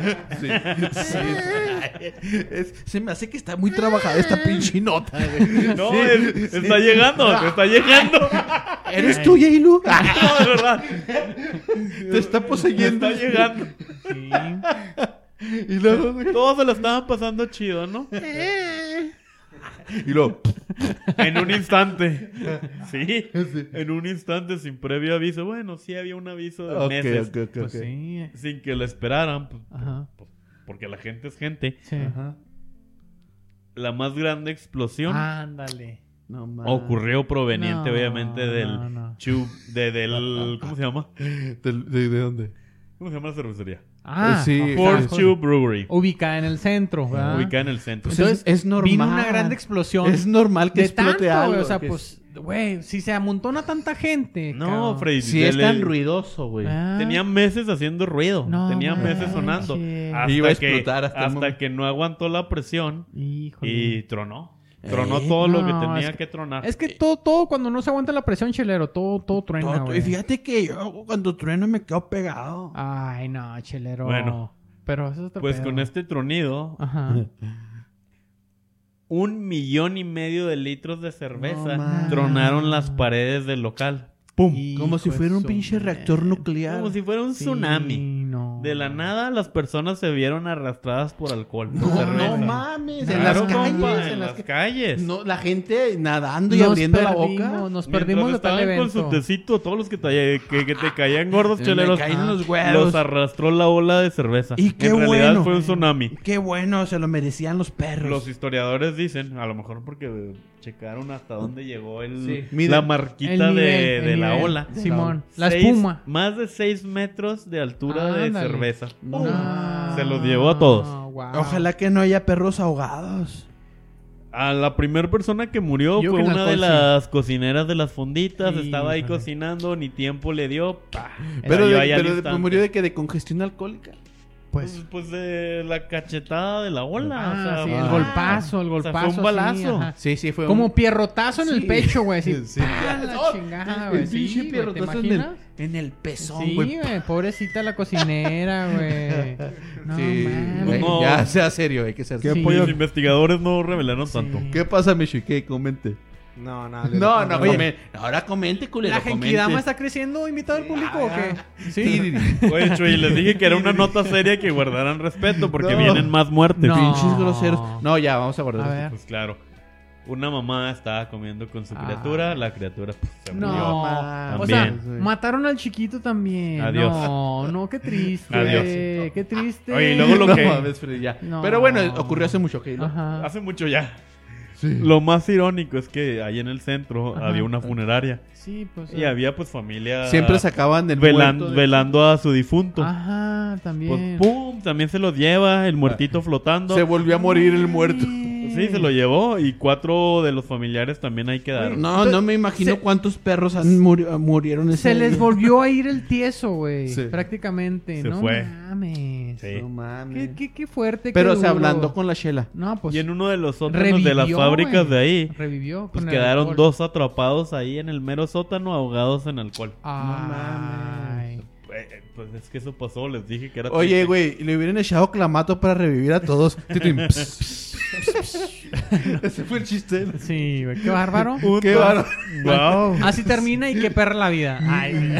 B: Es- se me hace que está muy trabajada esta pinche nota, güey.
C: No, es- está llegando, está llegando.
E: ¿Eres tú, J-Lo?
C: No, de verdad.
E: Te está poseyendo.
C: Está llegando.
A: Sí.
E: Y luego, güey.
C: Todos se lo estaban pasando chido, ¿no?
E: Y luego,
C: En un instante. Sí. En un instante, sin previo aviso. Bueno, sí había un aviso de
E: ok,
C: meses.
E: ok, ok,
A: Pues
E: ok.
A: sí.
C: Sin que lo esperaran, pues,
A: Ajá.
C: porque la gente es gente.
A: Sí.
E: Ajá.
C: La más grande explosión
E: Ah,
A: Ándale.
E: No mames.
C: ocurrió proveniente,
A: No,
C: obviamente, del
A: no, no.
C: chu- de- del... ¿Cómo se llama?
E: ¿De, de- de dónde?
C: ¿Cómo se llama la cervecería?
A: Ah,
E: Sí,
A: ajá.
C: Fort Chew Brewery.
A: ubicada en el centro, ¿verdad?
C: Ubicada en el centro.
E: Pues
A: Oh, ah. Entonces,
E: es, es normal.
A: Vino una gran explosión.
E: Es normal que
A: de tanto,
E: explote
A: güey,
E: algo.
A: O sea,
E: que
A: pues, güey, si se amontona tanta gente.
C: No,
A: cabrón.
C: Freddy.
E: Si es tan
C: del-
E: ruidoso, güey.
A: Ah,
C: Tenía meses haciendo ruido.
A: No
C: Tenía meses
A: manches.
C: sonando. Ah, Hasta,
B: Iba a
C: que,
B: explotar hasta el
C: hasta
B: momento.
C: que no aguantó la presión
A: Híjole.
C: y tronó. Tronó todo lo que
A: no,
C: tenía
A: es
C: que, tronar.
A: Es que todo, todo, cuando no se aguanta la presión, chelero, todo, todo truena,
B: Todo-
A: güey. Ah,
B: y fíjate que yo cuando trueno me quedo pegado.
A: Ay, no, chelero.
C: Bueno.
A: Pero eso es otro
C: Pues
A: pedo. Ah.
C: con este tronido,
A: Ajá.
C: un millón y medio de litros de cerveza
B: No mames.
C: tronaron las paredes del local.
B: ¡Pum!
A: Hijo
B: Como si fuera un
A: de su
B: pinche reactor nuclear.
C: Como si fuera un
A: Sí,
C: tsunami.
A: no.
C: De la nada, las personas se vieron arrastradas por alcohol. por
E: No,
C: cerveza.
E: no mames.
C: Claro,
E: en las
C: compa,
E: calles.
C: en
E: en las
C: las
E: ca-
C: calles.
E: No, la gente nadando
A: Nos
E: y abriendo la
A: perdimos,
E: boca.
A: Nos
C: Mientras
A: perdimos de tal
C: estaban con su
A: evento.
C: tecito, todos los que, talle- que- que te caían gordos
B: Me
C: cheleros,
B: caían los huevos.
C: los arrastró la ola de cerveza.
B: Y qué
C: en realidad
B: bueno.
C: fue un tsunami.
B: Qué bueno, se lo merecían los perros.
C: Los historiadores dicen, a lo mejor porque eh, checaron hasta dónde llegó el,
E: Sí.
C: la
E: Mira,
A: El
C: marquita de,
A: nivel, el
C: de la
A: nivel.
C: ola.
A: Simón. La
C: Seis-
A: espuma.
C: Más de 6 metros de altura de
A: Ándale.
C: cerveza. ¡Pum!
A: No.
C: Se los llevó a todos.
E: Ah.
A: Wow.
B: Ojalá que no haya perros ahogados.
C: A la primera persona que murió
A: Yo
C: fue
A: que en
C: una de
A: alcohol, sí.
C: las cocineras de las fonditas.
A: Sí,
C: Estaba ahí
A: híjole.
C: cocinando, ni tiempo le dio. ¡pa!
E: Pero,
C: Cayó
E: de-
C: ahí al
E: pero de-
C: instante.
E: murió de que de congestión alcohólica.
A: Pues.
C: Pues de la cachetada de la ola. o
A: Ah,
C: sea,
A: sí,
C: ah.
A: el golpazo, el
C: O sea,
A: golpazo.
C: fue un
A: sí,
C: balazo.
A: ajá.
E: Sí, sí, fue un-
A: Como pierrotazo en el
E: Sí.
A: pecho, güey. Sí,
E: Sí, sí.
A: la chingada, güey.
E: el pinche
A: Sí, güey, ¿te
E: pierrotazo en el-
A: imaginas?
B: En el pezón,
A: Sí,
B: güey.
A: güey, pobrecita la cocinera, güey. No,
E: Sí, pues
A: mames.
E: güey,
C: No.
E: Ya, sea serio, hay que ser
A: ¿Qué
E: serio.
A: Sí. pollo?
C: pues, Los investigadores no revelaron tanto.
A: Sí.
E: ¿Qué pasa, Michique? Comente.
D: No, no. le-
E: No, no,
B: Oye,
E: comente. Ahora comente, culero.
A: ¿La Genkidama
E: comente.
A: está creciendo? ¿Invitado al público o qué? Sí.
C: Oye, Chuy, les dije que era una nota seria que guardaran respeto porque
E: No.
C: vienen más muertes.
A: No.
E: Pinches groseros. No, ya, vamos a
A: A
E: guardar.
A: ver.
C: Pues claro. Una mamá estaba comiendo con su
A: Ah.
C: criatura, la criatura pues, se murió.
A: No,
E: También.
A: o sea, mataron al chiquito también.
C: Adiós.
A: No, no, qué triste.
C: Adiós.
A: Qué triste.
C: Oye, y luego lo
E: No
C: que
E: mames, Freddy, ya.
A: No.
E: Pero bueno, ocurrió hace mucho, que
A: Ajá.
C: hace mucho ya. Lo más irónico es que ahí en el centro
A: Ajá.
C: había una funeraria
A: Sí, pues.
C: y había pues familia
E: Siempre sacaban el
C: velan-
E: muerto de-
C: velando a su difunto.
A: Ah, Ajá,
C: Pues
A: también.
C: pum, también se los lleva el muertito flotando.
E: Se volvió a morir el muerto.
C: Sí, se lo llevó y cuatro de los familiares también ahí quedaron.
B: No, no me imagino
A: se-
B: cuántos perros han muri- murieron ese
A: Se les
B: día.
A: volvió a ir el tieso, güey.
E: Sí.
A: Prácticamente.
C: Se
A: no
C: fue.
A: mames.
C: Sí.
E: No mames.
A: Qué, qué, qué fuerte. qué
E: Pero se
A: duro.
E: ablandó con la chela.
A: No, pues.
C: Y en uno de los sótanos
A: revivió,
C: de las fábricas
A: güey.
C: de ahí,
A: Revivió.
C: pues
A: con el
C: quedaron
A: alcohol.
C: dos atrapados ahí en el mero sótano ahogados en alcohol.
A: Ay.
C: Eh, eh, Pues es que eso pasó, les dije que era... triste.
E: Oye, güey, le hubieran echado clamato para revivir a todos. Titín, pss, pss, pss. Ese fue el chiste.
A: Sí, güey. Qué bárbaro.
E: Qué bárbaro.
C: Wow.
A: Así termina y qué perra la vida. Ay. güey.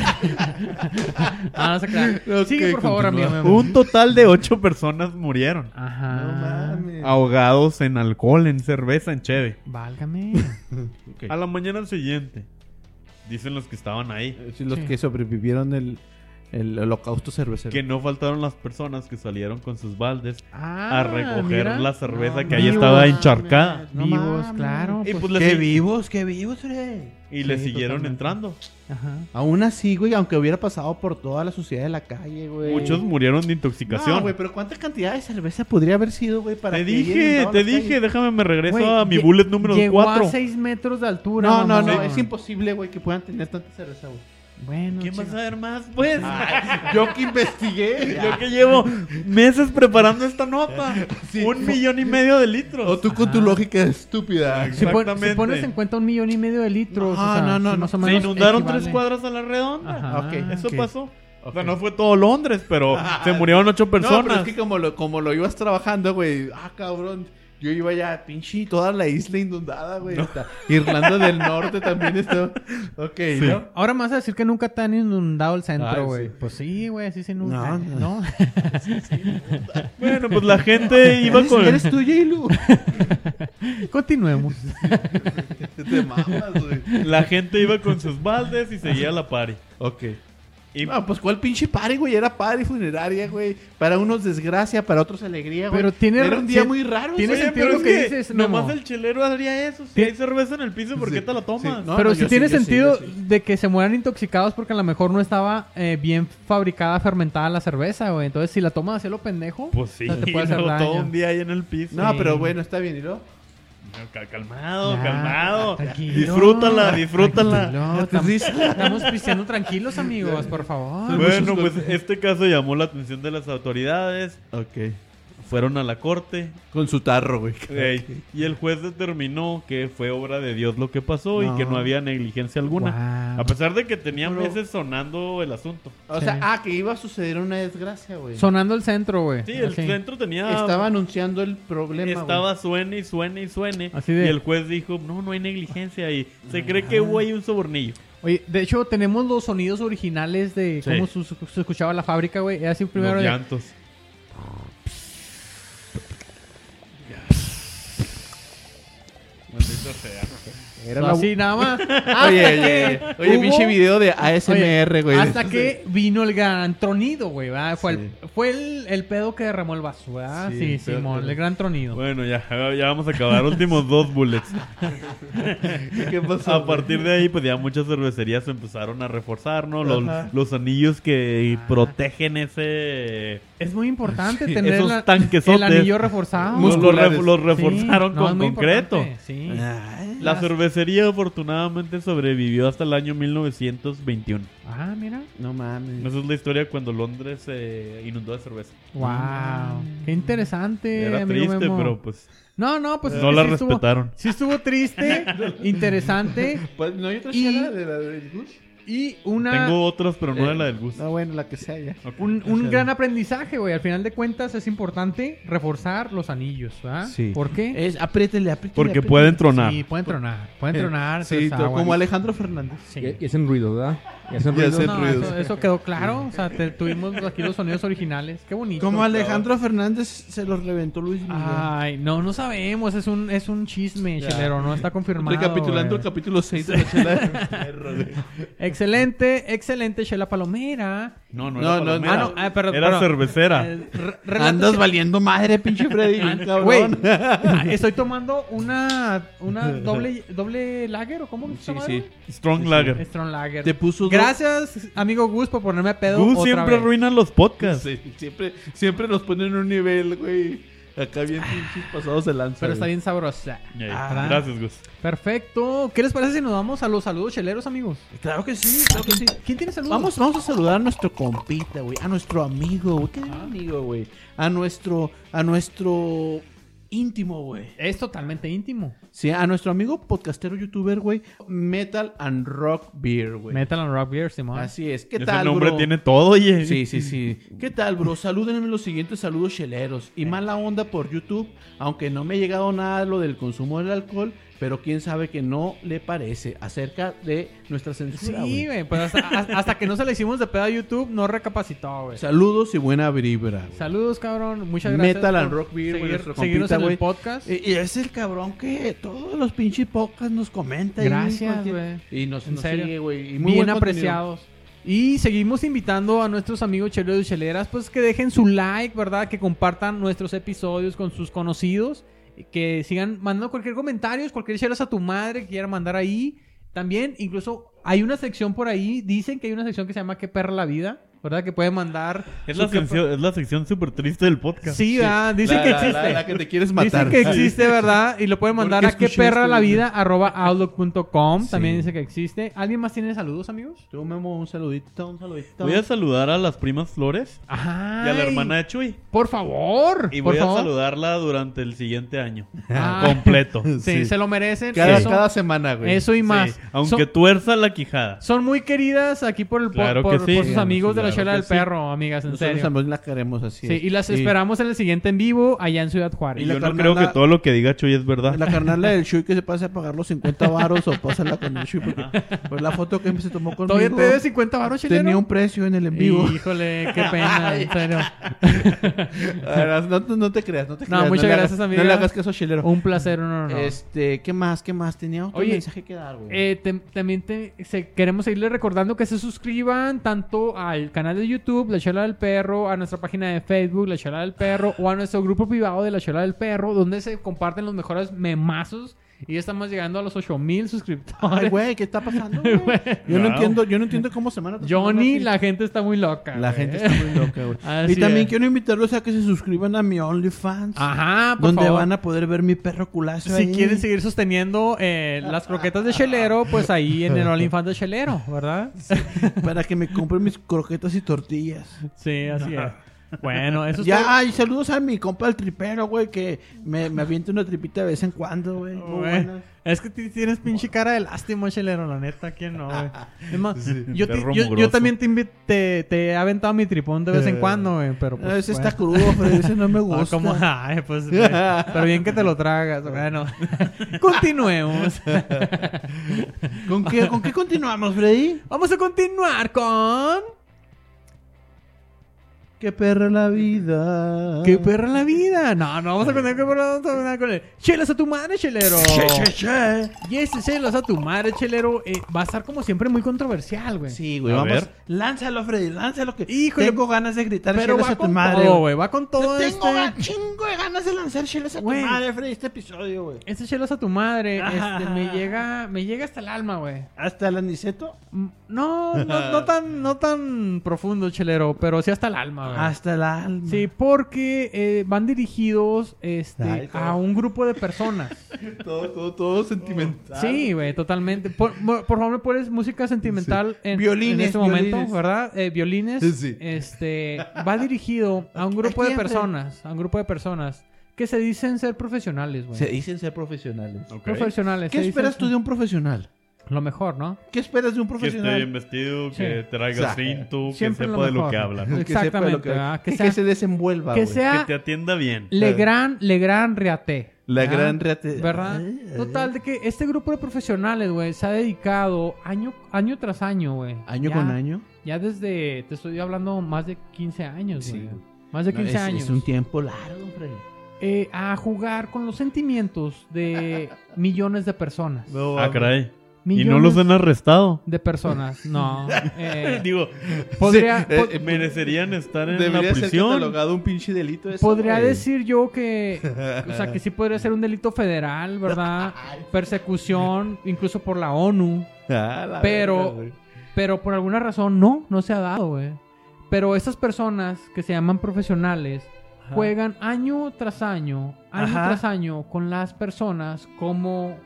A: Ah, no se crean.
E: Ok,
A: Sigue, por favor,
E: continúa.
A: amigo. mi amor.
C: Un total de ocho personas murieron.
A: Ajá.
D: Ah,
C: Ahogados en alcohol, en cerveza, en cheve.
A: Válgame.
C: A la mañana siguiente, dicen los que estaban ahí.
E: Sí, Los que sobrevivieron el, El holocausto cervecero.
C: Que no faltaron las personas que salieron con sus baldes
F: Ah,
C: a recoger
F: mira.
C: la cerveza
F: No
A: Ah,
C: que ahí
F: mames.
C: estaba encharcada.
F: No
E: Vivos,
F: mames.
E: claro.
C: Y pues le
B: ¡Qué
C: sig-
B: vivos, qué vivos, Fred!
C: y le
E: Sí,
C: siguieron
E: totalmente.
C: entrando.
E: Aún así, güey, aunque hubiera pasado por toda la suciedad de la calle, güey.
C: Muchos murieron de intoxicación.
E: No, güey, pero ¿cuánta cantidad de cerveza podría haber sido, güey, para
C: te
E: que hayan
C: dije,
E: inundado
C: te
E: las
C: dije,
E: calles?
C: déjame me regreso
A: Güey,
C: a mi
A: lle-
C: bullet número
A: Llegó a
C: 4.
A: 6 metros de altura.
E: No, no, no,
A: mamón.
E: es imposible, güey, que puedan tener tanta cerveza, güey.
A: Bueno,
C: ¿Quién va a
A: chinga.
C: saber más? Pues
E: Yo que investigué.
C: yo que llevo meses preparando esta nota. Un millón y medio de litros.
F: tú con tu lógica estúpida.
A: Si, pon- si
C: Exactamente.
A: pones en cuenta un millón y medio de litros.
E: Ajá,
A: o sea,
E: no, no,
A: sí, más o
C: Se
A: menos
C: inundaron
A: equivale.
C: tres cuadras a la redonda.
A: Ajá. Ah,
E: Ok,
C: Eso
E: ok.
C: pasó. O sea, no fue todo Londres, pero se murieron ocho
F: No,
C: personas.
F: pero es que como lo, como lo ibas trabajando, güey. Ah, cabrón. Yo iba ya, pinche, toda la isla inundada, güey. Hasta Irlanda del Norte también está. Ok, ¿no?
A: Ahora me vas a decir que nunca te han inundado el
F: Ay,
A: centro, güey.
F: sí.
A: Pues sí, güey, así se inunda.
E: No,
A: No,
C: Bueno, pues la gente iba con.
E: ¿Eres tú, J-Lu?
A: Continuemos.
F: Te mamas, güey.
C: La gente iba con sus baldes y seguía la party.
F: Ok.
C: Y
F: Ah, pues cuál pinche party, güey. Era party funeraria, güey. Para unos desgracia, para otros alegría, güey.
A: Pero tiene-
F: Era un día
A: sí,
F: muy raro,
A: tiene
F: güey.
C: Oye,
A: sentido
C: pero
A: lo
C: es
A: que dices, Memo.
C: Nomás el chelero haría eso. Si
A: Ti-
C: hay cerveza en el piso, ¿por qué te la tomas?
F: sí, no.
A: Pero si
F: yo
A: tiene
F: sí, yo sí,
A: sentido
F: yo
A: de que se mueran intoxicados porque a lo mejor no estaba eh, bien fabricada, fermentada la cerveza, güey. Entonces, si la tomas así a lo pendejo,
C: Pues sí,
A: o sea, te puede hacer
C: no,
A: daño.
C: todo un día ahí en el piso.
F: No,
A: Sí.
F: pero bueno, está bien, ¿y no?
C: No, ca- calmado,
A: Ya, ah,
C: calmado.
A: tranquilo,
C: disfrútala, disfrútala.
A: tranquilo, tam- Estamos pisteando tranquilos, amigos, por
F: Ah,
A: favor.
C: Bueno, pues este caso llamó la atención de las autoridades.
F: Ok.
C: Fueron a la corte
F: Con su tarro, güey.
C: ey, y el juez determinó que fue obra de Dios lo que pasó y que no había negligencia alguna.
A: Guau.
C: A pesar de que tenía meses sonando el asunto.
F: O
A: Sí.
F: sea, ah, que iba a suceder una desgracia, güey. Ah,
A: Sonando el centro, güey.
C: Sí, el
A: Así.
C: centro tenía
F: Estaba anunciando el problema, güey.
C: Estaba suene y suene y suene.
A: Así de-
C: Y el juez dijo, no, no hay negligencia. Y se cree que hubo ahí un sobornillo.
A: Oye, de hecho, tenemos los sonidos originales de
C: Sí.
A: cómo su- su- se escuchaba la fábrica, güey. Era así primero.
C: Los
A: de-
C: llantos. Maldito sea.
D: Era la-
A: así nada más. Hasta
F: Oye,
A: que
F: oye, oye, oye,
A: hubo-
F: pinche video de
A: Oye,
F: ASMR, güey.
A: Hasta que vino el gran tronido, güey. ¿verdad? Fue, el, fue el, el pedo que derramó el vaso, ¿verdad?
F: Sí,
A: Sí,
F: el pedo
A: Simón,
F: que-
A: el gran tronido.
C: Bueno, ya, ya vamos a acabar. Últimos dos bullets.
F: ¿Qué pasó?
C: A
F: güey?
C: partir de ahí, pues ya muchas cervecerías empezaron a reforzar, ¿no? Los,
F: Ajá.
C: los anillos que
A: Ah.
C: protegen ese...
A: Es muy importante tener
C: Esos
A: la-
C: tanquesotes.
A: el anillo reforzado.
C: Los, los re- los
A: Sí,
C: reforzaron
A: no, es
C: con
A: muy
C: concreto.
A: importante, Sí.
C: La cervecería afortunadamente sobrevivió hasta el año 1921.
A: Ah, mira.
E: No mames.
C: Esa es la historia cuando Londres se inundó de cerveza.
A: Wow. Qué interesante.
C: Era
A: amigo
C: triste,
A: Memo.
C: pero pues
A: No, no, pues. es
C: no
A: que
C: la
A: sí estuvo-
C: respetaron.
A: Sí estuvo triste, interesante
F: Pues, ¿No hay otra
A: Y-
F: escena de la del Gush?
A: y una
C: Tengo otras, pero no era la del gusto.
F: No, bueno, la que sea ya.
A: un, un gran aprendizaje, güey. Al final de cuentas es importante reforzar los anillos, ¿verdad?
F: Sí.
A: ¿Por qué?
E: Es, apriétele, apriétele.
C: Porque
E: apriétele.
C: pueden tronar.
A: Sí, pueden tronar, pueden
F: Eh,
A: tronar.
F: Sí,
A: entonces, aguas.
F: como Alejandro Fernández.
A: Sí.
D: Y, y hacen ruido, ¿verdad? Y hacen
F: Y
D: ruido.
F: hacen
A: No,
F: ruido.
A: eso, eso quedó claro. O sea, te- tuvimos aquí los sonidos originales. Qué bonito.
E: Como Alejandro Fernández se los reventó Luis Miguel.
F: Ah,
A: Ay, no, no sabemos. Es un, es un chisme, chelero. No está confirmado.
F: Recapitulando
A: güey.
F: el capítulo 6 de la chela del perro, güey.
A: Excelente, excelente, Chela Palomera.
C: No, no,
F: No,
C: era
F: no,
C: palomera.
A: Ah, no, ah, perdón,
C: Era
A: perdón.
C: cervecera.
A: Eh, re- relato,
E: Andas
A: Chela-
E: valiendo madre, pinche Freddy. bien cabrón.
A: Güey, ah, estoy tomando una, una doble, doble lager o cómo se
F: Sí,
A: llama?
F: sí.
C: Strong Lager.
A: Strong lager.
E: Te puso dos-
A: Gracias, amigo Gus, por ponerme a pedo.
C: Gus
A: otra
C: siempre
A: vez.
C: arruina los podcasts.
F: Sí, siempre, siempre los ponen en un nivel, güey. Acá bien pinches pasados de lanza.
A: Pero está
F: güey.
A: bien sabrosa.
C: Ey,
A: Ah.
C: Gracias, Gus.
A: Perfecto. ¿Qué les parece si nos vamos a los saludos cheleros, amigos?
E: Claro que sí, claro que sí.
A: ¿Quién tiene saludos?
E: Vamos, vamos a saludar a nuestro compita, güey. A nuestro amigo, güey. ¿Qué amigo, güey? A nuestro, a nuestro íntimo, güey.
A: Es totalmente íntimo.
E: Sí, a nuestro amigo podcastero youtuber, güey. Metal and Rock Beer, güey.
A: Metal and Rock Beer, Simón.
E: Así es. ¿Qué
C: Ese
E: tal,
C: nombre
E: bro?
C: tiene todo, oye.
E: Sí, sí, sí. ¿Qué tal, bro? Salúdenme los siguientes saludos cheleros. Y mala onda por YouTube, aunque no me ha llegado nada de lo del consumo del alcohol, pero quién sabe que no le parece acerca de nuestra censura,
A: Sí,
E: güey.
A: güey. Pues hasta, hasta- hasta que no se le hicimos de pedo a YouTube, no recapacitó, güey.
E: Saludos y buena vibra. güey.
A: Saludos, cabrón. Muchas gracias.
E: Metal and
A: por
E: Rock Beer, güey,
A: seguir-
E: nuestro
A: seguirnos
E: compita,
A: en
E: güey.
A: el podcast.
E: Y, y es el cabrón que todos los pinches podcasts nos comenta. ahí,
A: Gracias,
E: cualquier-
A: güey.
E: Y nos,
A: En
E: nos
A: serio.
E: sigue, güey. Y muy
A: Bien
E: buen contenido.
A: apreciados. Y seguimos invitando a nuestros amigos cheleros y cheleras, pues que dejen su like, ¿verdad? Que compartan nuestros episodios con sus conocidos. y Que sigan mandando cualquier comentario, cualquier chelas a tu madre que quieran mandar ahí. También, incluso, hay una sección por ahí, dicen que hay una sección que se llama ¿Qué perra la vida? ¿Verdad? Que pueden mandar...
C: Es
A: su
C: la,
A: qué per-
C: sección, es la sección súper triste del podcast.
A: Sí, ¿verdad? Dicen
F: La-
A: que
F: la-
A: existe.
F: La, la que te quieres matar.
A: Dicen que existe, ¿verdad? Y lo pueden mandar
F: Porque
A: a que
F: escuché
A: perra
F: esto,
A: la
F: güey.
A: vida arroba outlook.com. También dice que existe. ¿Alguien más tiene saludos, amigos?
E: Tú, Memo, un saludito, un saludito.
C: Voy a saludar a las primas Flores
A: Ajá.
C: y a la hermana de Chuy.
A: Por favor.
C: Y
A: por
C: voy a
A: favor.
C: saludarla durante el siguiente año.
A: Ah.
C: Completo.
A: Sí, se lo merecen.
F: Cada,
A: eso,
F: cada semana, güey.
A: eso y más.
C: Sí, Aunque
A: son,
C: tuerza la quijada.
A: son muy queridas aquí por el po-
C: Claro
A: por,
C: que sí.
A: por sus
C: Claro,
A: amigos de la
C: claro
A: chela
C: que
A: del
C: sí.
A: perro, amigas, en
E: Nosotros
A: serio.
E: también la queremos así.
A: Sí, y las esperamos en el siguiente en vivo allá en Ciudad Juárez.
C: Y
E: Y la
C: yo no
E: carnala-
C: creo que todo lo que diga Chuy es verdad.
E: La carnala del Shui que se pase a pagar los 50 varos o pásala con el Shui porque pues la foto que se tomó conmigo
A: Todavía te debes 50 baros, chelero.
E: tenía un precio en el en vivo.
A: Híjole, qué pena, en serio.
E: Ah, No, no- no te creas, no te
A: No,
E: creas.
A: muchas
E: le hagas-
A: gracias, amiga.
E: No le hagas caso a Chilero.
A: Un placer, un honor.
E: Este, ¿qué más? ¿Qué más? Tenía otro
A: Oye,
E: mensaje que dar, güey.
A: Eh, te- también te- se- queremos seguirles recordando que se suscriban tanto al canal de YouTube, La Chela del Perro, a nuestra página de Facebook, La Chela del Perro, o a nuestro grupo privado de La Chela del Perro, donde se comparten los mejores memazos. Y ya estamos llegando a los 8000
E: Ay,
A: suscriptores.
E: güey, ¿qué está pasando, güey? Yo no
C: Wow.
E: entiendo, yo no entiendo cómo semana tras
A: Johnny,
E: semana-
A: la gente está muy loca.
E: La
A: güey.
E: gente está muy loca, güey.
A: Así
E: y también
A: es.
E: quiero invitarlos a que se suscriban a mi OnlyFans.
A: Ajá, por
E: donde
A: favor.
E: van a poder ver mi perro culazo
A: Si
E: ahí.
A: quieren seguir sosteniendo eh, las croquetas de Chelero, pues ahí en el OnlyFans de Chelero, ¿verdad?
E: Para que me compren mis croquetas y tortillas.
A: Sí, así es. Bueno, eso es todo.
E: Ya, ay, saludos a mi compa el tripero, güey, que me, me avienta una tripita de vez en cuando, güey. Muy
A: Güey,
E: buenas.
A: Es que ti- tienes pinche cara de lástima, chelero, la neta, ¿quién no, güey? Es más, yo, te-
C: perro
A: yo- yo
C: mugroso.
A: también te, invi- te, te he aventado mi tripón de vez en cuando, güey, pero pues...
E: a veces
A: bueno.
E: Eh, está crudo, pero a veces no me
A: Ah,
E: gusta.
A: como, ay, pues, güey, pero bien que te lo tragas, bueno, continuemos.
E: ¿Con, qué, ¿Con qué continuamos, Freddy?
A: Vamos a continuar con...
E: Qué perra la
C: Ah.
E: vida.
A: ¡Qué perra la vida! No, no, vamos a continuar con, vamos a continuar con el... ¡Chelas a tu madre, chelero!
E: Che, che, che.
A: Y ese chelas a tu madre, chelero, eh, va a estar como siempre muy controversial, güey.
E: Sí, güey,
C: A
E: vamos.
C: ver.
E: Lánzalo, Freddy, lánzalo. Que
A: Híjole.
E: tengo ganas de gritar
A: Pero
E: chelas
A: va
E: a tu
A: con
E: madre.
A: todo,
E: güey.
A: güey. Va con
E: Yo
A: todo
E: tengo
A: este...
E: ga- chingo de ganas de lanzar chelas a
A: Güey.
E: tu madre, Freddy, este episodio, güey.
A: Este chelas a tu madre,
E: Ah.
A: este, me llega, me llega hasta el alma, güey.
E: Hasta el aniceto.
A: Mm, No, no, no tan, no tan profundo, chelero, pero sí hasta el alma, güey.
E: Hasta el alma.
A: Sí, porque eh, van dirigidos, este,
E: Ay, todo.
A: a un grupo de personas.
F: Todo, todo, todo sentimental.
A: sí, güey, totalmente. Por, mo- por favor, me pones música sentimental en,
E: Violines,
A: en este momento,
E: violines.
A: ¿verdad? Eh, violines.
F: Sí.
A: Este, va dirigido a un grupo
E: Aquí
A: de
E: entre-
A: personas, a un grupo de personas que se dicen ser profesionales, güey.
E: Se dicen ser profesionales.
A: Profesionales.
E: ¿Qué
A: se dicen
E: esperas tú de un profesional?
A: Lo mejor, ¿no?
E: ¿Qué esperas de un
C: Que esté bien
E: profesional?
C: vestido,
A: Sí.
C: que traiga
E: O sea,
C: cinto, que
A: siempre
C: sepa
A: lo
C: de lo
A: mejor.
C: que habla.
A: Sí.
C: Que
E: Que sepa lo
A: Exactamente, ¿verdad? Que
E: que, que
A: sea-
E: se desenvuelva,
A: Que
E: güey.
A: sea
C: te atienda bien.
A: Le Gran, Le Gran Reate.
F: La
A: ¿verdad?
F: gran reate.
A: ¿Verdad? Total, de que este grupo de profesionales, güey, se ha dedicado año, año tras año, güey.
E: Año
A: Ya-
E: con año.
A: Ya desde, te estoy hablando más de 15 años, güey.
E: Sí.
A: Más de 15
E: No, es,
A: años.
E: es un tiempo largo, Freddy.
A: Eh, a jugar con los sentimientos de millones de personas.
F: No,
C: Ah,
F: mames.
C: caray.
A: Millones
C: Y no los han arrestado.
A: de personas, no. Eh,
C: Digo,
A: podría,
F: eh,
A: pod-
F: eh,
C: merecerían estar en la
F: Debería ser
C: prisión.
F: catalogado un pinche delito eso,
A: Podría
F: güey.
A: decir yo que, o sea, que sí podría ser un delito federal, ¿verdad? Persecución, incluso por la ONU,
F: Ah, la verga,
A: pero,
F: güey.
A: pero por alguna razón no, no se ha dado, güey. Pero estas personas que se llaman profesionales juegan año tras año, año
E: Ajá.
A: tras año con las personas como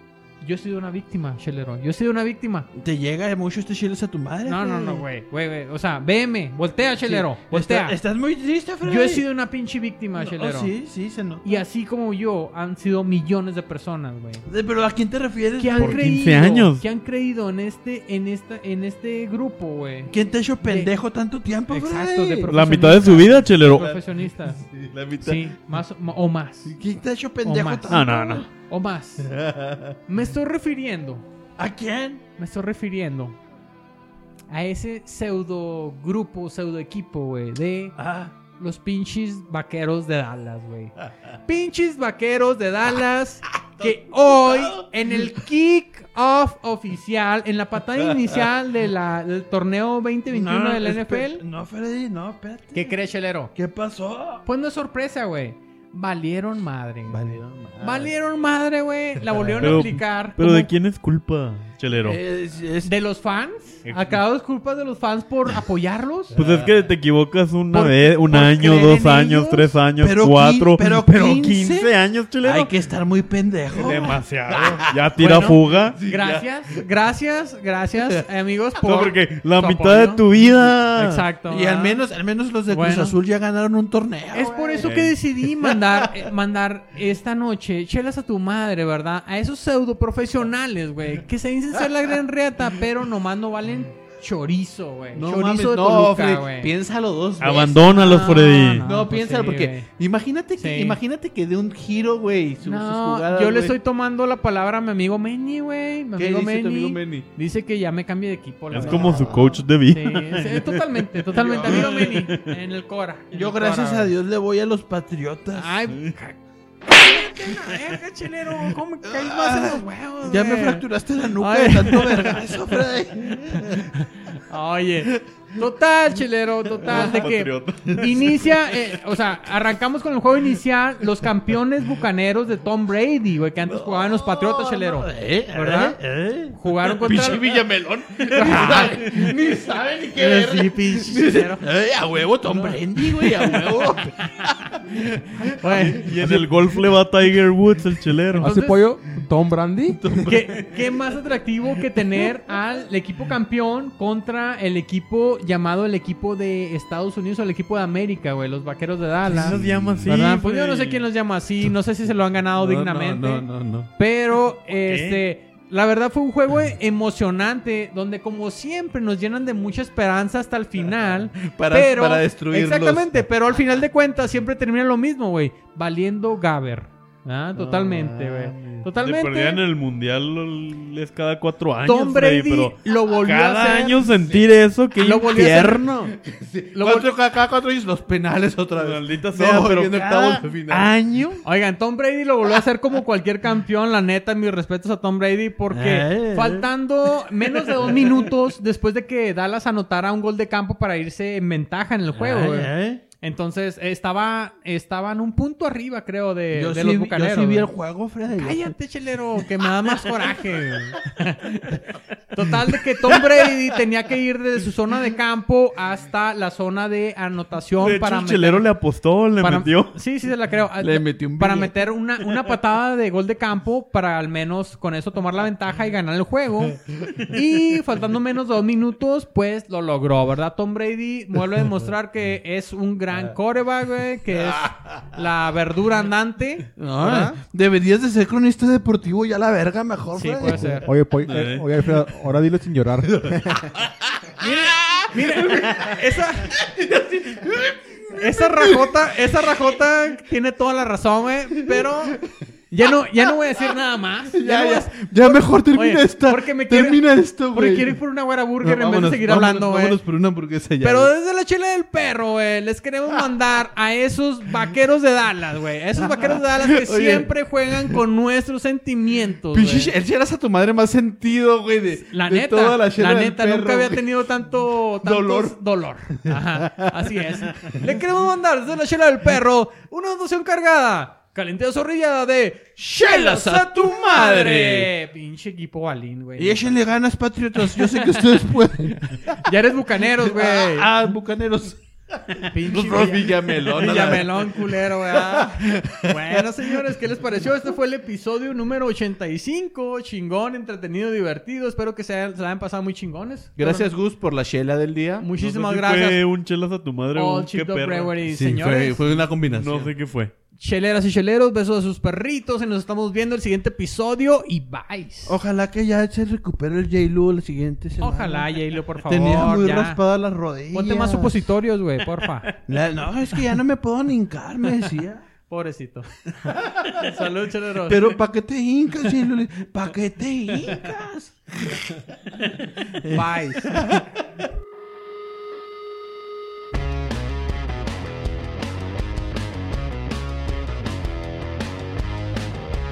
A: yo he sido una víctima, Chelero, yo he sido una víctima.
E: ¿Te llega de mucho este chiles a tu madre?
A: No, no,
E: Freddy?
A: no, güey, güey, güey, o sea, veme, voltea,
E: Sí.
A: Chelero, voltea.
E: Está- estás muy triste, Freddy.
A: Yo he sido una pinche víctima,
E: No,
A: Chelero.
E: sí, sí, se nota.
A: Y así como yo, han sido millones de personas, güey.
E: Eh, Pero ¿a quién te refieres?
A: Que han
C: Por
A: creído,
C: 15 años.
A: Que han creído en este, en esta, en este grupo, güey.
E: ¿Quién te ha hecho pendejo tanto tiempo,
A: Exacto, de
E: Freddy?
A: pro-
C: La mitad de su vida, chelero.
A: Profesionistas.
F: Sí, la mitad.
A: Sí, más o- o más.
E: ¿Quién te ha hecho pendejo
A: más.
C: No,
E: tanto?
C: no, no.
A: O más. Me estoy refiriendo,
E: ¿A quién?
A: me estoy refiriendo a ese pseudo grupo, pseudo equipo, güey, de
E: Ah,
A: los pinches vaqueros de Dallas, güey. Pinches vaqueros de Dallas que hoy, en el kick-off oficial, en la patada inicial de la- del torneo 2021 de la
B: espe-
A: NFL,
B: No, Freddy, no, espérate.
A: ¿qué crees, Chelero?
B: ¿Qué pasó?
A: Pues no es sorpresa, güey. Valieron madre. güey. Valieron madre, güey. La volvieron a
C: Pero-
A: aplicar.
C: Pero
A: como-
C: ¿de quién es culpa, chelero?
B: Es- es-
A: ¿De los fans? ¿Acabados culpas de los fans por apoyarlos?
C: Pues es que te equivocas una
A: Por-
C: vez, un
A: por
C: año,
A: creer
C: dos
A: en
C: años,
A: ellos.
C: tres años,
B: Pero qui-
C: cuatro,
B: pero
C: pero,
B: 15.
C: 15, años, chileno.
B: Hay que estar muy pendejo.
C: Demasiado. Ya tira
A: Bueno,
C: fuga.
A: Gracias, gracias, gracias, amigos, por.
C: No, porque la
A: su
C: mitad de
A: apoyo.
C: tu vida.
A: Exacto.
B: Y al
A: ¿verdad?
B: menos, al menos los de Cruz
A: Bueno.
B: Azul ya ganaron un torneo.
A: Es
B: güey.
A: por eso que decidí mandar, eh, mandar esta noche chelas a tu madre, ¿verdad? A esos pseudo profesionales, güey. Que se dicen ser la gran reata, pero nomás no valen chorizo, güey.
F: No
A: chorizo
F: mames, no,
A: de Toluca,
F: Freddy,
A: güey.
F: Piénsalo dos
E: Ah,
F: veces.
C: Abandónalos,
A: No,
C: Freddy.
A: no.
F: No,
A: pues
F: piénsalo,
A: sí,
F: porque
A: güey.
F: imagínate que,
A: Sí.
F: imagínate que de un giro, güey, su- sus
A: No,
F: jugadas,
A: yo le
F: güey.
A: estoy tomando la palabra a mi amigo Meni, güey. Mi
F: ¿Qué
A: amigo
F: dice tu amigo
A: Meni
F: Manny?
A: dice que ya me cambie de equipo. la
C: Es
A: verdad.
C: como su coach de
A: Sí,
C: vida.
A: sí, totalmente, totalmente. Amigo Meni, en el Cora. en
B: Yo,
A: el
B: gracias
A: Cora,
B: a
A: güey.
B: Dios, le voy a los Patriotas.
A: Ay, ca- cállate la verga, chelero. ¿Cómo me caes más en los huevos?
B: ya me
A: güey?
B: fracturaste la nuca
A: Ay.
B: de tanto vergazo, Freddy.
A: Oye, total, chelero, total, Ah, de que
C: Patriota.
A: inicia, eh, o sea, arrancamos con el juego inicial, los campeones bucaneros de Tom Brady, güey, que antes jugaban los Patriotas, chelero.
B: ¿Eh?
A: ¿Verdad?
B: ¿Eh? ¿Eh?
A: Jugaron contra...
F: Pinche Villamelón.
A: Ay,
F: Ni sabe ni qué
A: pero
F: ver.
A: sí, pinche chelero.
B: Eh, A huevo, Tom Brady, güey, a huevo.
A: Güey,
C: Y en el golf le va Tiger Woods, el chelero.
D: ¿Hace
A: Entonces-
D: pollo? ¿Tom Brandy?
A: ¿Qué, qué más atractivo que tener al equipo campeón contra el equipo llamado el equipo de Estados Unidos o el equipo de América, güey? Los vaqueros de Dallas.
C: Así nos llaman, sí.
A: ¿Verdad? Pues yo no sé
C: Freddy.
A: quién los llama así, no sé si se lo han ganado dignamente.
F: No, no, no, no.
A: Pero, este, la verdad fue un juego emocionante donde como siempre nos llenan de mucha esperanza hasta el final.
F: Para-
A: pero,
F: para destruirlos.
A: Exactamente, pero al final de cuentas siempre termina lo mismo, güey. Valiendo Gaber. Ah, totalmente, güey.
C: Le perdían
A: totalmente.
C: el mundial lol, es cada cuatro años.
A: Tom
C: Freddy,
A: Brady
C: pero
A: lo volvió a
C: cada
A: hacer.
C: año sentir eso, que
A: Lo volvió a hacer.
C: infierno.
A: Lo vol-
F: Cuatro, ca- cada cuatro años los penales otra vez.
C: Maldita sea, pero
F: en
C: cada
F: octavos de final.
C: año.
A: Oigan, Tom Brady lo volvió a hacer como cualquier campeón, la neta, mis respetos a Tom Brady, porque
B: Eh.
A: faltando menos de dos minutos después de que Dallas anotara un gol de campo para irse en ventaja en el juego, güey.
B: ¿Eh?
A: Entonces, estaba, estaban un punto arriba, creo, de,
B: Yo,
A: de
B: sí,
A: los
B: vi- yo
A: bucaneros.
B: sí vi el
A: güey.
B: juego, Freddy.
A: Cállate, chelero, que me da más coraje. güey. Total, de que Tom Brady tenía que ir desde su zona de campo hasta la zona de anotación
C: De hecho,
A: para
C: el
A: meter-
C: chelero le apostó, le
A: para-
C: metió.
A: Sí, sí, se la creo.
B: Le metió un
A: Para
B: billete.
A: meter una, una patada de gol de campo para al menos con eso tomar la ventaja y ganar el juego. Y faltando menos de dos minutos, pues lo logró, ¿verdad? Tom Brady vuelve a demostrar que es un
B: Ah.
A: gran coreback, güey, que es la verdura andante.
B: No,
A: ¿verdad?
B: deberías de ser cronista deportivo ya la verga mejor,
A: Sí, pues,
B: Freddy.
A: puede ser.
D: Oye, pollo, eh, oye, Alfredo, ahora dilo sin llorar.
A: Esa, esa rajota, esa rajota tiene toda la razón, güey, pero ya no, ya no voy a decir nada más. Ya, no voy a-
B: Ya mejor termina
A: Oye,
B: esta.
A: porque me quiere-
B: termina esto,
A: Porque
B: güey.
A: quiero ir por una güera
F: No,
A: burger en vez de seguir
F: vámonos,
A: hablando, güey.
F: vámonos por una hamburguesa ya.
A: Pero
F: güey.
A: desde la chela del perro, güey, les queremos mandar a esos vaqueros de Dallas, güey. A Esos vaqueros de Dallas que siempre juegan con nuestros sentimientos, güey.
F: Pinche, el chelas a tu madre más sentido, güey. De,
A: La
F: de
A: neta,
F: toda la,
A: la,
F: chela del
A: neta,
F: perro,
A: nunca había
F: güey.
A: tenido tanto tantos-
F: Dolor.
A: dolor. Ajá, así es. Le queremos mandar desde la chela del perro una dotación cargada, calentada zorrillada de chelas a tu madre. Pinche equipo balín, güey.
B: Y échenle ganas, patriotas. Yo sé que ustedes pueden.
A: Ya eres bucaneros, güey.
B: ah, bucaneros.
A: Pinche
F: ah, Los
A: Villa-
F: Villamelón. a pues, la-
A: Villamelón, culero, ¿verdad? Bueno, señores, ¿qué les pareció? Este fue el episodio número 85. Chingón, entretenido, divertido. Espero que se hayan, se la hayan pasado muy chingones.
F: Gracias, Gus, por la chela del día.
A: Muchísimas
C: No sé si Fue
A: gracias.
C: un chelas a tu madre o
A: All
C: un qué
A: Chip Dog
C: perro.
A: Brewery,
F: Sí,
A: señores.
F: fue, fue una combinación.
C: No sé qué fue.
A: Cheleras y cheleros, besos a sus perritos. Y nos estamos viendo el siguiente episodio. Y bye.
B: Ojalá que ya se recupere el J-Lu la siguiente semana.
A: Ojalá, Yaylo, por favor.
B: Tenía muy
A: ya.
B: raspadas las rodillas.
A: Ponte más supositorios, güey, porfa.
B: La- no, es que ya no me puedo ni hincar, me decía.
A: Pobrecito. Salud, cheleros.
B: Pero ¿para qué te hincas, J-Lu? ¿Para qué te hincas?
A: Bye.